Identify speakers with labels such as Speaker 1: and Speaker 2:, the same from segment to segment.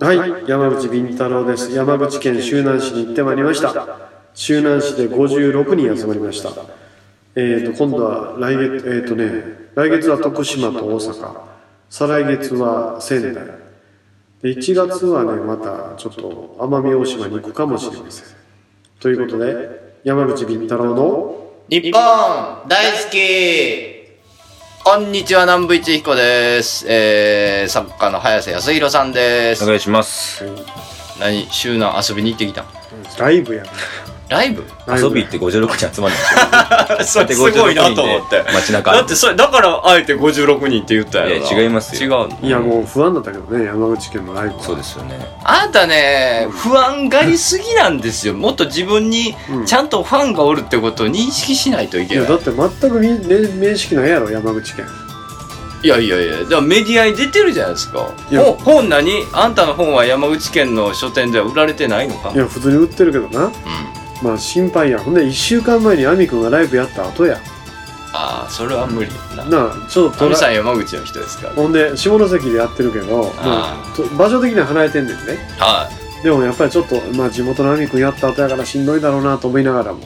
Speaker 1: はい、山口敏太郎です。山口県周南市に行ってまいりました。周南市で56人集まりました。えー、と、今度は来月、えっ、とね、来月は徳島と大阪、再来月は仙台。で、1月はね、またちょっと奄美大島に行くかもしれません。ということで、山口敏太郎の、
Speaker 2: 日本大好きこんにちは、南部一彦です。えー、作家の早瀬康弘さんで
Speaker 3: お
Speaker 2: す。
Speaker 3: 願いします。
Speaker 2: 何、週南遊びに行ってきた
Speaker 1: ライブやね。
Speaker 2: ライブ
Speaker 1: ライブ
Speaker 3: 遊びって56人集まるんです よ。
Speaker 2: そ
Speaker 3: で56人で。街中。
Speaker 2: だってそれ、だからあえて56人って言ったやろな。
Speaker 3: いや違います
Speaker 2: 違う
Speaker 3: よ
Speaker 2: の。
Speaker 1: いや、もう不安だったけどね、山口県のライブは。
Speaker 3: そうですよね。
Speaker 2: あなたね、不安がりすぎなんですよ。もっと自分に
Speaker 1: うん
Speaker 2: ちゃんとファンがおるってことを認識しないとい
Speaker 1: い
Speaker 2: け
Speaker 1: や、
Speaker 2: ない
Speaker 1: だ。って全くみね面識ないやろ、山口県。
Speaker 2: いやいやいや、だからメディアに出てるじゃないですか。
Speaker 1: いや
Speaker 2: 本本何あんたの本は山口県の書店では売られてないのか
Speaker 1: いや、普通に売ってるけどな。
Speaker 2: うん
Speaker 1: まあ心配やほんで1週間前に亜美君がライブやった後や
Speaker 2: ああ、それは無理だな。
Speaker 1: なあちょっと
Speaker 2: ト
Speaker 1: ト
Speaker 2: ミさ
Speaker 1: ラ
Speaker 2: ん山口の人ですから。
Speaker 1: ほんで下関でやってるけど
Speaker 2: あ
Speaker 1: まあと場所的には離れてんねんね
Speaker 2: はい。
Speaker 1: でもやっぱりちょっと、まあ、地元の亜美君やった後やからしんどいだろうなと思いながらも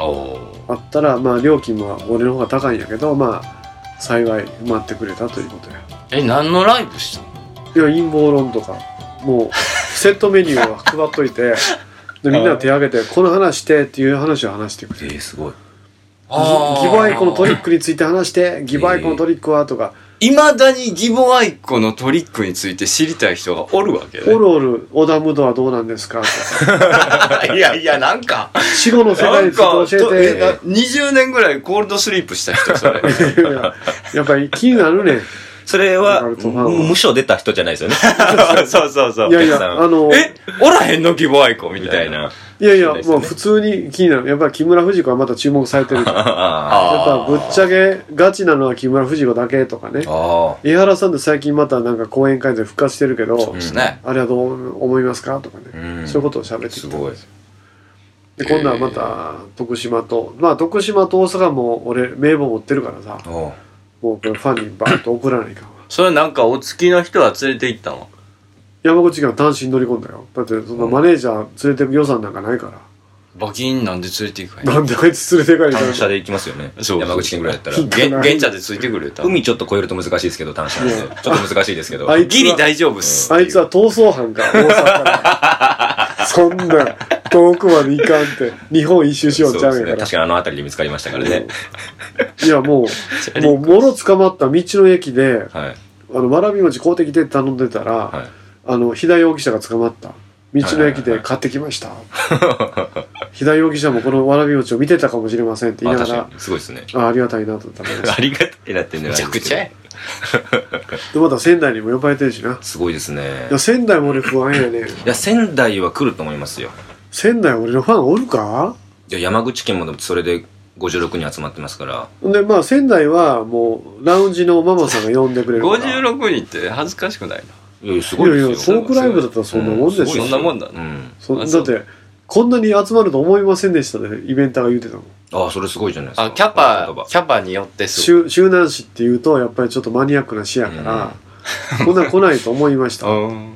Speaker 2: おお
Speaker 1: あったらまあ料金も俺の方が高いんやけどまあ幸い待ってくれたということや
Speaker 2: ー。え、何のライブしたの
Speaker 1: いや陰謀論とかもうセットメニューを配っとい てでみんな手挙げてこの話してっていう話を話してくれ
Speaker 3: えー、すごい。
Speaker 1: ギボアイコのトリ
Speaker 2: ック。
Speaker 1: ックについて話してギボアイコのトリックはとか
Speaker 2: いまだにギボアイコのトリックについて知りたい人がおるわけ
Speaker 1: オルオル、オダムドはどうなんですかとか
Speaker 2: いやいや、なんか、
Speaker 1: 死後の世界について教えて。
Speaker 2: とえ20年ぐらいコールドスリープした人、そ れ。
Speaker 1: いやいややっぱり気になるねん。
Speaker 3: それは、
Speaker 1: な
Speaker 3: む
Speaker 1: るほど
Speaker 3: 無償出た人じゃないです よね。
Speaker 2: そうそうそう
Speaker 1: いやい
Speaker 3: お客さ
Speaker 1: や、
Speaker 3: ん
Speaker 1: あの、
Speaker 2: えおらへんのギボアイコみ
Speaker 3: み
Speaker 2: た
Speaker 3: た
Speaker 2: い
Speaker 3: い
Speaker 2: な。
Speaker 3: な。
Speaker 1: いやいや、
Speaker 3: そうです
Speaker 1: も
Speaker 3: よ
Speaker 1: う
Speaker 3: ね
Speaker 1: 普通に気になる。やっぱり木村藤子はまた注目されてるから。やっ
Speaker 3: あ
Speaker 2: あ
Speaker 1: ぱぶっち
Speaker 2: ゃ
Speaker 1: ゃけガチなのは木村藤子だけとかね
Speaker 3: ー。あ
Speaker 1: 江原さんって最近またなんか講演会で復活してるけど
Speaker 2: で、すね。
Speaker 1: あれはどう思いますかとかね。
Speaker 3: ー。うん
Speaker 1: そういうことを喋ってき
Speaker 3: す
Speaker 1: た
Speaker 3: ごい。
Speaker 1: で、今度はまた徳島と、まあ徳島と大阪も俺名簿持ってるからさ、
Speaker 3: おう
Speaker 1: もうこれファンにバーッと送らないかんわ。
Speaker 2: それなんかお付きの人は連れて行ったの
Speaker 1: 山口県は単身乗り込んだよだってそんなマネージャー連れてく予算なんかないから、
Speaker 2: 馬金なんで連れて行くか
Speaker 1: なんであいつ連れてかれた
Speaker 3: 単
Speaker 1: の
Speaker 3: 車で行きますよね。
Speaker 2: そう
Speaker 3: 山口県ぐらいだったら。
Speaker 2: いな。げ現茶でついてくれた。
Speaker 3: 海ちょっと越えると難しいですけど、単車なんで。ちょ
Speaker 1: う
Speaker 3: っと難しいですけど。
Speaker 1: あい
Speaker 2: ギリ大丈夫っす。
Speaker 1: あいつは逃走犯か大阪からそんな遠くまで行かんって日本一周しよう
Speaker 3: そ
Speaker 1: んちゃ
Speaker 3: う
Speaker 1: う
Speaker 3: で
Speaker 1: ん
Speaker 3: す
Speaker 1: や
Speaker 3: ね。
Speaker 1: か
Speaker 3: 確
Speaker 1: ら
Speaker 3: かにあの辺りで見つかりましたからね。
Speaker 1: いやもうもうもろ捕まった道の駅で
Speaker 3: はい。
Speaker 1: あのわらび餅買うてきてって頼んでたら、
Speaker 3: はい。
Speaker 1: あの肥田容疑者が捕まった道の駅で買ってきました、肥田容疑者もこのわらび餅を見てたかもしれませんって
Speaker 3: ま
Speaker 1: 言
Speaker 3: あ
Speaker 1: いなが
Speaker 3: 確
Speaker 1: ら
Speaker 3: かに。すごいですね。
Speaker 1: あありがたいなと思ったんです
Speaker 3: ありがたいなってんじ
Speaker 2: め
Speaker 3: ゃない
Speaker 2: ちゃ
Speaker 3: です
Speaker 2: く
Speaker 3: け
Speaker 2: ち
Speaker 3: ど
Speaker 2: ゃや。
Speaker 1: でまた仙台にも呼ばれてるしな
Speaker 3: すごいですね
Speaker 1: いや。仙台も俺不安やねん
Speaker 3: いや、仙台は来ると思いますよ。
Speaker 1: 仙台俺のファンおるか
Speaker 3: いや山口県もでもそれで56人集まってますから
Speaker 1: でまあ仙台はもうラウンジのママさんが呼んでくれるから
Speaker 2: 56人って恥ずかしくない
Speaker 3: いやいやすごい
Speaker 1: い
Speaker 3: で
Speaker 1: やい
Speaker 3: すよ
Speaker 1: やトークライブだったらそんなもんでしょ、
Speaker 3: うすごいです
Speaker 2: そんなもんだ
Speaker 3: うん、
Speaker 1: そ
Speaker 2: あ
Speaker 1: だ
Speaker 2: そう
Speaker 1: ってこんなに集まると思いませんでしたで、イベンターが言うてたの
Speaker 3: ああそれすごいじゃないです
Speaker 2: な。
Speaker 3: か
Speaker 2: あ、キャ
Speaker 3: 言
Speaker 2: パ
Speaker 3: 葉、
Speaker 2: キャパによってす
Speaker 1: 周周南市っていうとやっぱりちょっとマニアックな市やから、こんなん来ないと思いま した
Speaker 2: ごい。うん。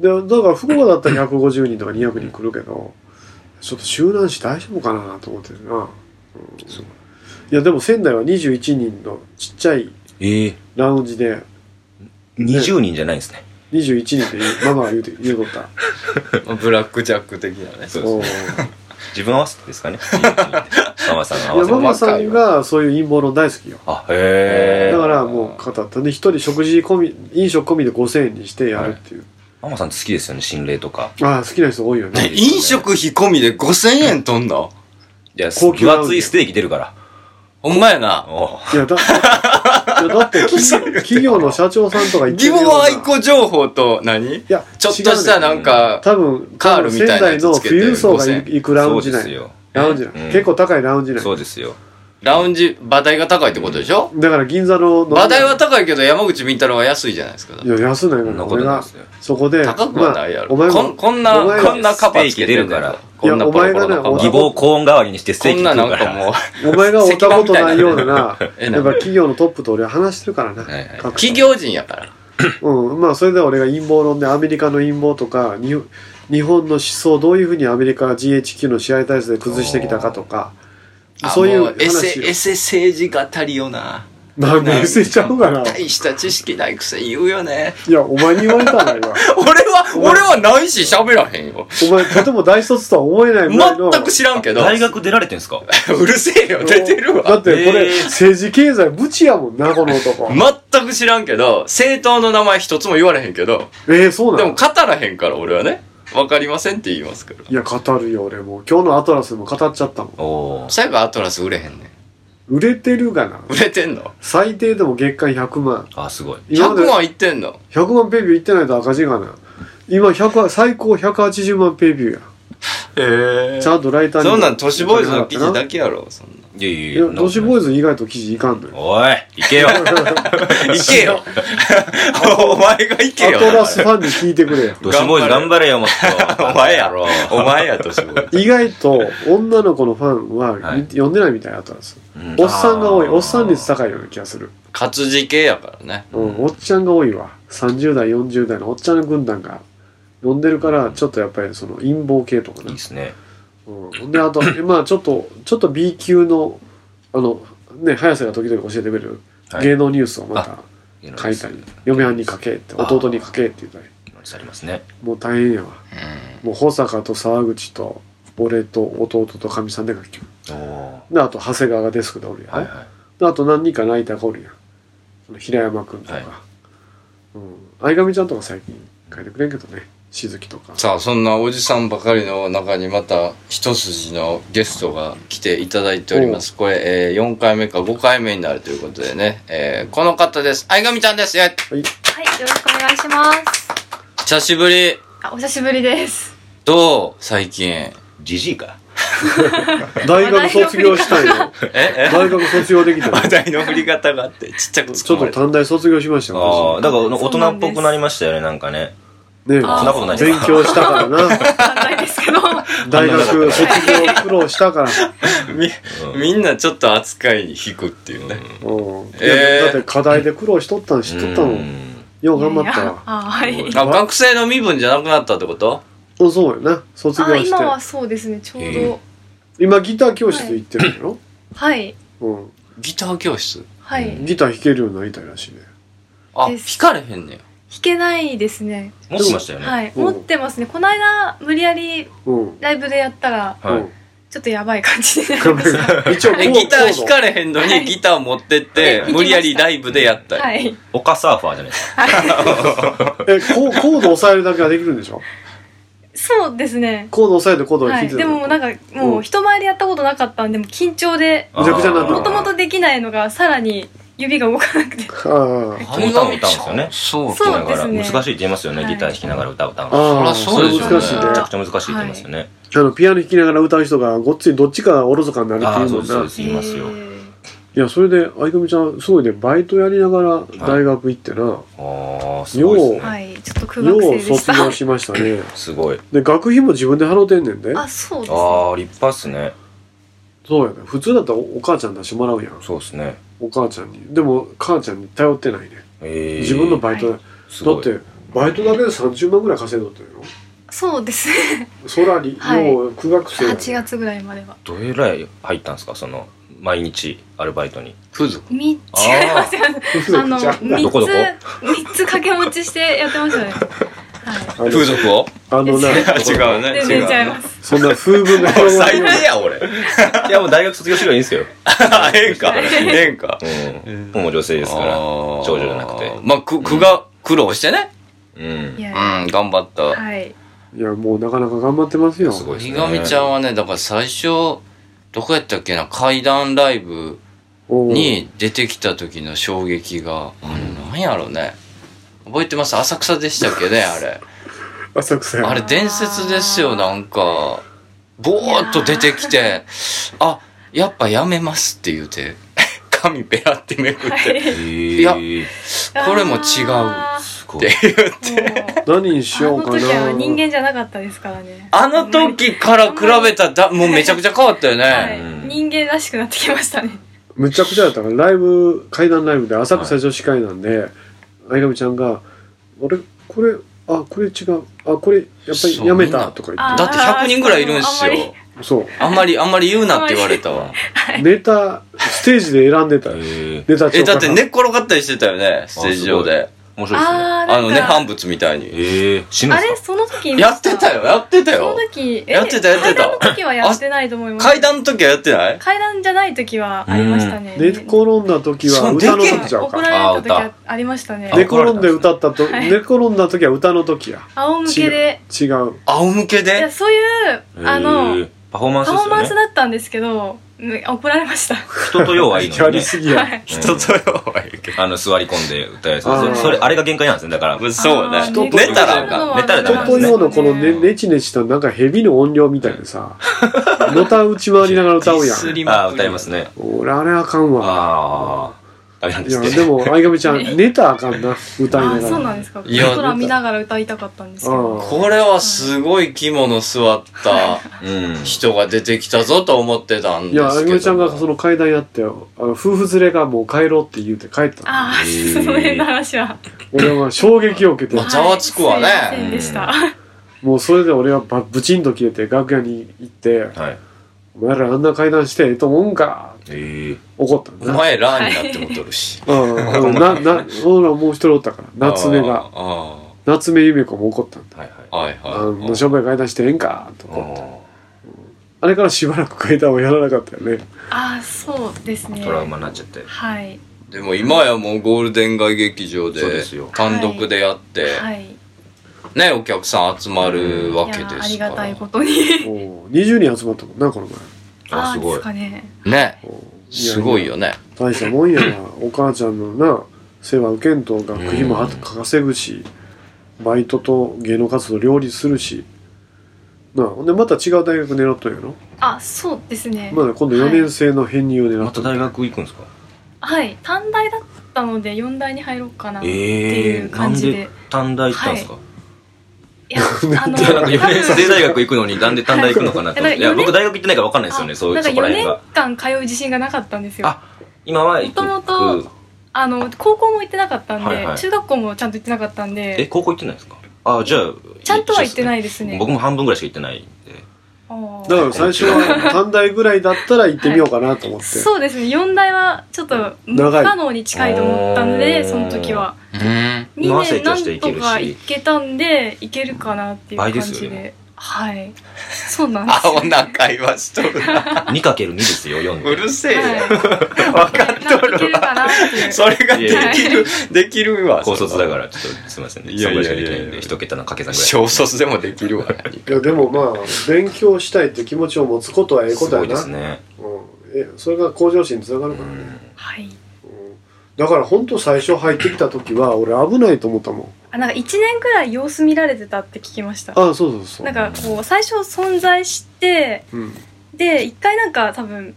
Speaker 1: でだから福岡だったら150人とか200人来るけどちょっと周南市大丈夫かなと思ってるな、うん
Speaker 3: そう
Speaker 1: いやでも仙台は21人のちっちゃい
Speaker 3: ええ
Speaker 1: ラウンジで
Speaker 3: 20人じゃないんですね
Speaker 1: 21人というママが言うて言うとった
Speaker 2: ブラックジャック的なね。
Speaker 3: そ
Speaker 1: お
Speaker 3: うで
Speaker 1: う
Speaker 3: す自分合わせてですか ねママさんの合
Speaker 1: いや
Speaker 3: わせ
Speaker 1: マ
Speaker 3: て
Speaker 1: マさんがそういう陰謀論大好きよ
Speaker 3: あへえ
Speaker 1: だからもう語ったで一人食事込み飲食込みで5000円にしてやるっていう、
Speaker 3: ママさん好きですよね心霊とか
Speaker 1: ああ好きな人多いよね
Speaker 3: ね
Speaker 2: 飲食費込みで5000円とんの
Speaker 3: いや
Speaker 1: 高級な
Speaker 3: 分厚いステーキ出るから
Speaker 2: ほんまやな。
Speaker 3: おう
Speaker 1: いやだ いやだって
Speaker 2: 嘘
Speaker 1: 企業企業の社長さんとか言って
Speaker 2: ギ
Speaker 1: るような
Speaker 2: ボアイコ情報と何
Speaker 1: いや
Speaker 2: ちょっとした
Speaker 1: 違うね
Speaker 2: なんか、
Speaker 1: 多分
Speaker 2: カールみたいなや
Speaker 1: 仙台
Speaker 2: つ
Speaker 1: の
Speaker 2: つけて
Speaker 1: 富裕層が
Speaker 2: 5000
Speaker 1: 行くラウン
Speaker 3: そ
Speaker 1: ジ
Speaker 3: うです
Speaker 1: 内
Speaker 3: よ
Speaker 1: ラウンジ内、
Speaker 3: うん
Speaker 1: 結構高いラウンジ内
Speaker 3: そうですよ
Speaker 2: ラウンジ、馬代が高いってことでしょ
Speaker 1: だから銀座の
Speaker 2: 馬代は高いけど山口み太郎は安いじゃないですか。
Speaker 1: いや安ないか
Speaker 3: そ
Speaker 1: ら
Speaker 3: んなこと
Speaker 1: 俺
Speaker 3: ないで
Speaker 1: が
Speaker 3: すよ
Speaker 1: そこで
Speaker 2: 高くはないやろ。
Speaker 1: まあお前
Speaker 2: こ
Speaker 1: も
Speaker 2: んこん
Speaker 1: お前
Speaker 2: な、
Speaker 1: も
Speaker 2: こんなカパつけてるか
Speaker 3: ス
Speaker 2: ら
Speaker 3: テーキ。
Speaker 1: 出るから
Speaker 2: こんなポロポロの
Speaker 1: いやお前がね
Speaker 2: カ
Speaker 3: 義母をコーン代わりにしてス
Speaker 2: パ。
Speaker 3: テー
Speaker 2: こ
Speaker 3: キ
Speaker 2: んな
Speaker 3: 食
Speaker 2: な
Speaker 3: る
Speaker 2: ん
Speaker 3: か
Speaker 2: からもう、
Speaker 1: お前が おたことないようなな、
Speaker 2: えな
Speaker 1: やっぱ企業のトップと俺は話してるからな。
Speaker 3: はいはい
Speaker 1: 各社
Speaker 2: 企業人やから。
Speaker 1: うん、まあそれでは俺が陰謀論でアメリカの陰謀とかに日本の思想をどういうふうにアメリカが GHQ の支配体制で崩してきたかとか
Speaker 2: あ
Speaker 1: そういう
Speaker 2: もエ
Speaker 1: 話
Speaker 2: セ、
Speaker 1: を
Speaker 2: エセ政治が足りよな。
Speaker 1: なんで捨てちゃうかな
Speaker 2: 大した知識ないくせに言うよね。
Speaker 1: いやお前に言われたら 今
Speaker 2: 俺は、俺はないし喋らへんよ。
Speaker 1: お前とても大卒とは思えないぐらいの
Speaker 2: 全く知らんけど。
Speaker 3: 大学出られてんすか
Speaker 2: うるせえよ、出てる
Speaker 1: だっ
Speaker 2: わ。
Speaker 1: てこれ、
Speaker 3: えー
Speaker 1: 政治経済無知やもんなこの男
Speaker 2: 全く知らんけど、政党の名前一つも言われへんけど、
Speaker 1: えー、そう
Speaker 2: で
Speaker 1: な
Speaker 2: も
Speaker 1: の
Speaker 2: 語らへんから俺はね、わかりませんって言いますから。
Speaker 1: いや語るよ俺もう今日のアトラスも語っちゃったもん
Speaker 3: おー
Speaker 2: 最後アトラス売れへんねん。
Speaker 1: 売れてるがな
Speaker 2: 売れてんの
Speaker 1: 最低でも月間100万
Speaker 3: あ、すごい。
Speaker 1: 今まで
Speaker 2: ?100 万いってんの
Speaker 1: 100万ペイビューいってないと赤字がな今100は最高180万ペイビューや
Speaker 2: へえ
Speaker 1: ちゃんとライターに
Speaker 2: そんなん都市ボーイズの記事だ
Speaker 1: け
Speaker 2: けやろ、そん なん。
Speaker 3: いやい
Speaker 1: い
Speaker 3: や
Speaker 1: や都市ボー
Speaker 3: イ
Speaker 1: イズ以外と記事いかんのよ
Speaker 3: おい、行けよ。
Speaker 2: 行けよお前が行けよ
Speaker 1: アトラスファンに聞いてくれ よ
Speaker 3: 都市ボーイズ頑張れよ、もっ と。
Speaker 2: お前や
Speaker 3: ろ。
Speaker 2: お前や、都市ボーイズ。
Speaker 1: 意外と女の子のファンは、
Speaker 3: はい
Speaker 1: 読んでないみたいアトラス
Speaker 3: うん
Speaker 1: おっさんが多い
Speaker 3: あー
Speaker 1: おっさん率高いような気がする、
Speaker 2: 活字系やからね。
Speaker 1: うん、おっちゃんが多いわ30代40代のおっちゃん軍団が読んでるからちょっとやっぱりその陰謀系とか
Speaker 3: いい
Speaker 1: ね
Speaker 3: っ、すね。
Speaker 1: うん、であとまあちょっとちょっと B 級のあのね早瀬が時々教えてくれる、
Speaker 3: はい
Speaker 1: 芸能ニュースをまた書いたり嫁はんに書けって
Speaker 3: あー
Speaker 1: 弟に書けって言ったり
Speaker 3: ありますね。
Speaker 1: もう大変やわもう保坂と沢口と俺と弟とかみさんで書きよ
Speaker 3: おー
Speaker 1: るであと長谷川がデスクでおるやん、
Speaker 3: はいは
Speaker 1: であと何人かライターがおるやんその平山君とか、
Speaker 3: はい
Speaker 1: うん、相上ちゃんとか最近書いてくれんけどねしずきと か
Speaker 2: さあ、そんなおじさんばかりの中にまた一筋のゲストが来ていただいております。これ、えー、4回目か5回目になるということでね。えー、この方です。相上ちゃんです。やい
Speaker 1: はい
Speaker 4: はい、よろしくお願いします。
Speaker 2: 久しぶり。
Speaker 4: あ、お久しぶりです。
Speaker 2: どう最近。
Speaker 3: い。じじいか。
Speaker 1: 大学卒業したんよ
Speaker 2: え
Speaker 1: 大学卒業できたよ
Speaker 2: 話題の振り方があって、ちっちゃく
Speaker 1: ちょっと短大卒業しました
Speaker 3: ああ、
Speaker 1: よ
Speaker 3: だから大人っぽくなりましたよね、なんかね。
Speaker 1: 私ね
Speaker 3: そんなことないです
Speaker 1: 勉強したから な
Speaker 4: わかんないですけど。
Speaker 1: 大学卒業苦労したから
Speaker 2: み、みんなちょっと扱いに引くっていうね。
Speaker 1: うんい
Speaker 2: えー
Speaker 1: やだって課題で苦労しとったん知っとった
Speaker 3: う
Speaker 1: もん
Speaker 3: ん
Speaker 1: よう頑張った
Speaker 4: いや
Speaker 1: わ
Speaker 4: あ、はい。
Speaker 2: あ、学生の身分じゃなくなったってこと
Speaker 1: うんそうよな卒業
Speaker 4: あ、
Speaker 1: して
Speaker 4: 今はそうですね、ちょうど。
Speaker 3: えー
Speaker 1: 今ギター教室行ってるんやろ
Speaker 4: はい。
Speaker 1: うん
Speaker 2: ギター教室。
Speaker 4: はい。弾
Speaker 1: ギター弾けるようになりたいらしいね
Speaker 2: あ、弾
Speaker 4: です
Speaker 2: かれへんねや。
Speaker 4: けないですね。
Speaker 3: 持ってましたよね。
Speaker 4: はい。
Speaker 1: うん
Speaker 4: 持ってますね。この間、無理やり
Speaker 1: うん
Speaker 4: ライブでやったら、
Speaker 3: はい
Speaker 1: うん
Speaker 4: ちょっとやばい感じになりました。
Speaker 1: 一応こ
Speaker 2: え、
Speaker 1: う
Speaker 2: ギター弾
Speaker 1: こ
Speaker 2: かれへんの
Speaker 4: は
Speaker 2: に
Speaker 4: い
Speaker 2: ギター持ってって
Speaker 4: は、い
Speaker 2: 無理やりライブでやった。
Speaker 4: はい。
Speaker 3: 丘サーファーじゃないですか。
Speaker 1: うえコーコード押さえるだけはできるんでしょ
Speaker 4: そうですね。
Speaker 1: コード押さえてコードを
Speaker 4: は
Speaker 1: 弾い
Speaker 4: い。
Speaker 1: て
Speaker 4: でももうなん
Speaker 1: か
Speaker 4: か、もう人前でやったことなかったんで、もう緊張で、
Speaker 1: むちゃくちゃになった
Speaker 4: もともとできないのが、さらに指が動かなくて。
Speaker 1: あ
Speaker 3: トムタンを歌うんですよね。
Speaker 2: そう
Speaker 4: そう
Speaker 3: だから
Speaker 4: で
Speaker 3: 難し
Speaker 4: すね
Speaker 3: いって言いますよね、
Speaker 4: はい
Speaker 3: ギター弾きながら歌う歌うの。
Speaker 1: あああ
Speaker 2: そらそうですよね
Speaker 1: 難しいね
Speaker 3: めちゃくちゃ難しいって言いますよね。
Speaker 1: あのピアノ弾きながら歌う人がごっついどっちかおろそかになるっていうもん
Speaker 3: あーそう
Speaker 1: な
Speaker 3: です言いますよ
Speaker 4: えー
Speaker 1: いやそれで相組ちゃんすごいねバイトやりながら大学行ってな、
Speaker 3: ああ、すごいですね。
Speaker 4: はい、ちょっと苦
Speaker 1: よ
Speaker 4: 学生
Speaker 1: う
Speaker 4: でし
Speaker 1: 卒
Speaker 4: た。
Speaker 1: 業しましたね
Speaker 3: すごい。
Speaker 1: で学費も自分で払うてんねんで
Speaker 4: あ、そうです、ね。
Speaker 3: ああ、立派っすね。
Speaker 1: そうやね普通だったらおお母ちゃん出してもらうやん
Speaker 3: そうっすね。
Speaker 1: お母ちゃんにでも母ちゃんに頼ってないね
Speaker 3: ええ。
Speaker 1: 自分のバイト、
Speaker 4: は
Speaker 3: すごい
Speaker 1: だってバイトだけで30万ぐらい稼いどったんやろ
Speaker 4: そうですね。
Speaker 1: そらに、
Speaker 4: はい
Speaker 1: もう苦学生や
Speaker 4: 8月ぐらいまでは。
Speaker 3: どれぐらい入ったんですかその毎日アルバイトに
Speaker 2: 風俗。
Speaker 4: み、 違い
Speaker 3: あ
Speaker 4: ま
Speaker 3: ー
Speaker 4: すよね。あの、
Speaker 1: じゃ
Speaker 4: 三
Speaker 3: どこどこ
Speaker 4: つ、三つ掛け持ちしてやってましたね。は
Speaker 1: あ
Speaker 2: 風
Speaker 1: の
Speaker 2: 俗を
Speaker 1: あの な
Speaker 2: 違うね。
Speaker 4: い。全
Speaker 2: 違
Speaker 4: 然
Speaker 2: う
Speaker 4: ちゃい
Speaker 2: ね。
Speaker 4: ます。
Speaker 1: そんな風文の
Speaker 2: これ
Speaker 1: 広が
Speaker 2: 最
Speaker 1: りを
Speaker 2: 低や、 俺。
Speaker 3: いやもう大学卒業してからいいんですよ、
Speaker 2: あええんか。ええんか。
Speaker 3: うん、もう女性ですから
Speaker 2: 少
Speaker 3: 少女じゃなくて
Speaker 2: まあ、く、苦が、苦労してね。
Speaker 3: う
Speaker 4: い
Speaker 3: ん
Speaker 2: う
Speaker 4: や、
Speaker 2: ん、頑張った。
Speaker 4: はい。
Speaker 1: いやもうなかなか頑張ってますよ
Speaker 3: すごいです
Speaker 2: ひ
Speaker 3: ね
Speaker 2: がみちゃんはね、だから最初、どこやったっけな、階段ライブ
Speaker 1: おー
Speaker 2: に出てきた時の衝撃が、あれなんやろうね。覚えてます浅草でしたっけね、あれ。
Speaker 1: 浅草や
Speaker 2: あれ伝説ですよ、なんか。ぼーっと出てきて、あ、やっぱやめますって言うて、 髪ペラってめくっ
Speaker 4: は
Speaker 2: て、
Speaker 4: い。
Speaker 3: い
Speaker 2: やこれも違う
Speaker 4: あ
Speaker 3: すご
Speaker 2: って
Speaker 3: い
Speaker 2: いう。
Speaker 4: ーもう
Speaker 1: 何にしよう
Speaker 4: あ
Speaker 1: か
Speaker 4: の時は
Speaker 1: な
Speaker 4: 人間じゃなかったですからね。
Speaker 2: あの時から比べたらだ、もうめちゃくちゃ変わったよ
Speaker 4: は
Speaker 2: ね。
Speaker 4: い。人間らしくなってきましたね。
Speaker 1: むちゃくちゃやったからライブ階段ライブで浅草女子会なんで、相上ちゃんが「あれこれあこれ違うあこれやっぱりやめた」とか言
Speaker 4: あ
Speaker 1: っ
Speaker 2: だって100人ぐらいいるんですよ
Speaker 4: あんまり
Speaker 1: てそう
Speaker 2: あんまりあんまり言うなって言われたわ
Speaker 1: ネタステージで選んでたよ
Speaker 3: へえ
Speaker 1: ネタ帳
Speaker 2: えだって
Speaker 1: から
Speaker 2: 寝っ転がったりしてたよねステージ上で
Speaker 3: 面白いですね
Speaker 4: あー
Speaker 2: あのね
Speaker 4: なんか
Speaker 2: 半仏みたいに
Speaker 3: ええ死ぬん
Speaker 4: あ
Speaker 3: で
Speaker 4: れ
Speaker 3: す
Speaker 4: その時いま
Speaker 2: やっ
Speaker 4: した
Speaker 2: てたよやってた
Speaker 4: そ
Speaker 2: よ
Speaker 4: の時え
Speaker 2: やってたやってた
Speaker 4: 階段の時はやってないと思います
Speaker 2: 階段の時はやってない
Speaker 4: 階段じゃない時はありましたね
Speaker 1: 寝転んだ時は
Speaker 2: そう
Speaker 1: 歌の
Speaker 2: でけえ
Speaker 1: 時ちゃう
Speaker 4: 怒
Speaker 1: から
Speaker 4: れた時はありましたね
Speaker 3: あ
Speaker 1: 寝
Speaker 3: 歌
Speaker 1: 転んで歌ったと
Speaker 4: はい
Speaker 1: 寝転んだ時は歌の時や
Speaker 4: 仰向けで
Speaker 1: 違う
Speaker 2: 仰向け
Speaker 4: い や
Speaker 2: で
Speaker 4: そういう
Speaker 3: ね
Speaker 4: あの
Speaker 3: へえパフォーマンス
Speaker 4: パ
Speaker 3: で
Speaker 4: フォ
Speaker 3: す
Speaker 4: ーマンス
Speaker 3: よね
Speaker 4: だったんですけどうん怒られました
Speaker 3: 人と用はいいの
Speaker 1: や
Speaker 3: に
Speaker 1: り
Speaker 3: ね
Speaker 1: すぎや
Speaker 4: はい
Speaker 2: 人と弱いけ
Speaker 3: あの座り込んで歌うやつ
Speaker 1: あ
Speaker 3: そ
Speaker 1: ー
Speaker 3: れそれあれが限界なんですねだから
Speaker 2: どそう
Speaker 4: あ
Speaker 2: ね
Speaker 4: ー
Speaker 1: 人と
Speaker 2: 寝たらあかん
Speaker 3: 寝たらダ
Speaker 1: 人と
Speaker 3: メなんですね
Speaker 1: ようのこのねねちねちとなんか蛇の音量みたいなさのた打ち回りながら歌うやん
Speaker 2: ディスり
Speaker 3: ああ歌いますね
Speaker 1: 俺あれあかんわ
Speaker 3: ああダメなん
Speaker 1: い
Speaker 3: で
Speaker 1: や
Speaker 3: すね
Speaker 1: でも相上ちゃ ん寝たらあかんな歌い
Speaker 4: あ
Speaker 1: な
Speaker 4: あ
Speaker 1: が
Speaker 4: そう
Speaker 1: ら
Speaker 4: なんですか
Speaker 2: いや
Speaker 4: 空見ながら歌いたかったんですけど
Speaker 1: うん
Speaker 2: これはすごい肝の座った
Speaker 3: うん
Speaker 2: 人が出てきたぞと思ってた
Speaker 1: い
Speaker 2: んですけど
Speaker 1: や相上ちゃんがその階段やってよあの夫婦連れがもう帰ろうって言うて帰った
Speaker 4: ああ
Speaker 3: へー
Speaker 4: その辺の話は
Speaker 1: 俺は衝撃を受けて
Speaker 2: まあざわつくわね
Speaker 4: はいすいませんでした
Speaker 1: もうそれで俺はばブチンと消えて楽屋に行って
Speaker 3: はい
Speaker 1: 「お前らあんな階段してええと思うんか」
Speaker 3: ええ
Speaker 1: 怒ったん
Speaker 2: お
Speaker 1: だな
Speaker 2: 前ラーになってもとるし
Speaker 1: うんうんななほらもう一人おったから夏目が
Speaker 2: あ
Speaker 1: 夏目ゆめ子も怒ったんだ
Speaker 3: はいはい
Speaker 2: あ
Speaker 1: 「
Speaker 2: はい
Speaker 1: あ
Speaker 2: はい
Speaker 1: もう商売階段してええんか」と
Speaker 3: お
Speaker 1: か
Speaker 3: ー
Speaker 1: あれからしばらく階段をやらなかったよね
Speaker 4: ああそうですね
Speaker 3: トラウマになっちゃって
Speaker 4: はい
Speaker 2: でも今やもうゴールデン街劇場で
Speaker 3: そうですよ
Speaker 2: 単独でやって、
Speaker 4: はい
Speaker 2: ねお客さん集まるわ
Speaker 4: い
Speaker 2: けです
Speaker 4: や
Speaker 2: から
Speaker 4: ありがたいことに
Speaker 1: おう20人集まったもんなこの前
Speaker 3: あ
Speaker 4: あ
Speaker 3: す
Speaker 4: あで
Speaker 3: ご
Speaker 4: す
Speaker 3: い
Speaker 4: かね
Speaker 2: ね
Speaker 1: おう
Speaker 2: すごいよね
Speaker 1: 大したもんやなお母ちゃんのな世話受けんと学費もはか稼ぐしバイトと芸能活動両立するしなあほんでまた違う大学狙っとんやろ
Speaker 4: あそうですね
Speaker 1: まだ今度4年生の編入を狙
Speaker 3: ま
Speaker 1: ったとんだ
Speaker 3: 大学行くんですか
Speaker 4: はい短大だったので四大に入ろうかなって
Speaker 3: え
Speaker 4: い
Speaker 3: え
Speaker 4: う
Speaker 3: な
Speaker 4: 感
Speaker 3: ん
Speaker 4: じで
Speaker 3: で短大行ったんですか
Speaker 4: いやあの
Speaker 3: いやなんか4年生大学行くのになんで短大行くのかなと思っ
Speaker 4: い
Speaker 3: てい
Speaker 4: や
Speaker 3: や
Speaker 4: なんか四年
Speaker 3: 僕大学行ってないから分かんないですよね
Speaker 4: あ
Speaker 3: そうい
Speaker 4: な
Speaker 3: うん
Speaker 4: か
Speaker 3: そこら
Speaker 4: 4
Speaker 3: 辺が
Speaker 4: 年間通う自信がなかったんですよ
Speaker 3: あ今は行く
Speaker 4: もともとあの高校も行ってなかったんで、
Speaker 3: はいはい
Speaker 4: 中学校もちゃんと行ってなかったん
Speaker 3: え
Speaker 4: で
Speaker 3: 高校行ってないですかあじゃあ
Speaker 4: ちゃんとは行ってないいですね
Speaker 3: 僕も半分ぐらいしか行ってないんで
Speaker 4: あー
Speaker 1: から最初は短大ぐらいだったら行ってみようかなと思って、
Speaker 4: そうですね4大はちょっと不
Speaker 1: 長い
Speaker 4: 可能に近いと思ったの
Speaker 3: お
Speaker 4: で
Speaker 3: ー
Speaker 4: その時は
Speaker 2: うん
Speaker 4: 2
Speaker 3: 回せ
Speaker 4: 年
Speaker 3: と
Speaker 4: な
Speaker 3: して
Speaker 4: ん
Speaker 3: いけ
Speaker 4: と
Speaker 3: るし
Speaker 4: か行けたんで行けるかなっていう感
Speaker 3: 倍
Speaker 4: じ
Speaker 3: です
Speaker 4: で
Speaker 3: よね
Speaker 4: はいそうなんです
Speaker 2: あおな会話しとるな
Speaker 3: 2×2 ですよ4
Speaker 2: う
Speaker 3: で
Speaker 2: るせえよ、
Speaker 4: はい、
Speaker 2: 分かっと
Speaker 4: なんかいけ
Speaker 2: る
Speaker 4: るかな
Speaker 2: わ
Speaker 4: っていう
Speaker 2: それができるできるわ
Speaker 3: 高卒だかららちょっとすみませんね
Speaker 2: いやいやいや
Speaker 3: そんぐらしかできないんで一桁の掛け算ぐら
Speaker 2: 小
Speaker 3: い
Speaker 2: 卒でもできるわ
Speaker 1: いやでもまあ勉強したいって気持ちを持つことはええこ
Speaker 3: す
Speaker 1: とや
Speaker 3: ごいで
Speaker 1: な
Speaker 3: すね
Speaker 1: うん、えそれが向上心につながる
Speaker 3: う
Speaker 1: からね、
Speaker 3: ん
Speaker 4: は
Speaker 1: う
Speaker 4: い
Speaker 1: んだから本当最初入ってきた時は俺危ないと思ったもん
Speaker 4: あなんか1年くらい様子見られてたって聞きました
Speaker 1: ああそうそうそう
Speaker 4: なんかこう最初存在して
Speaker 1: うん
Speaker 4: で一回なんか多分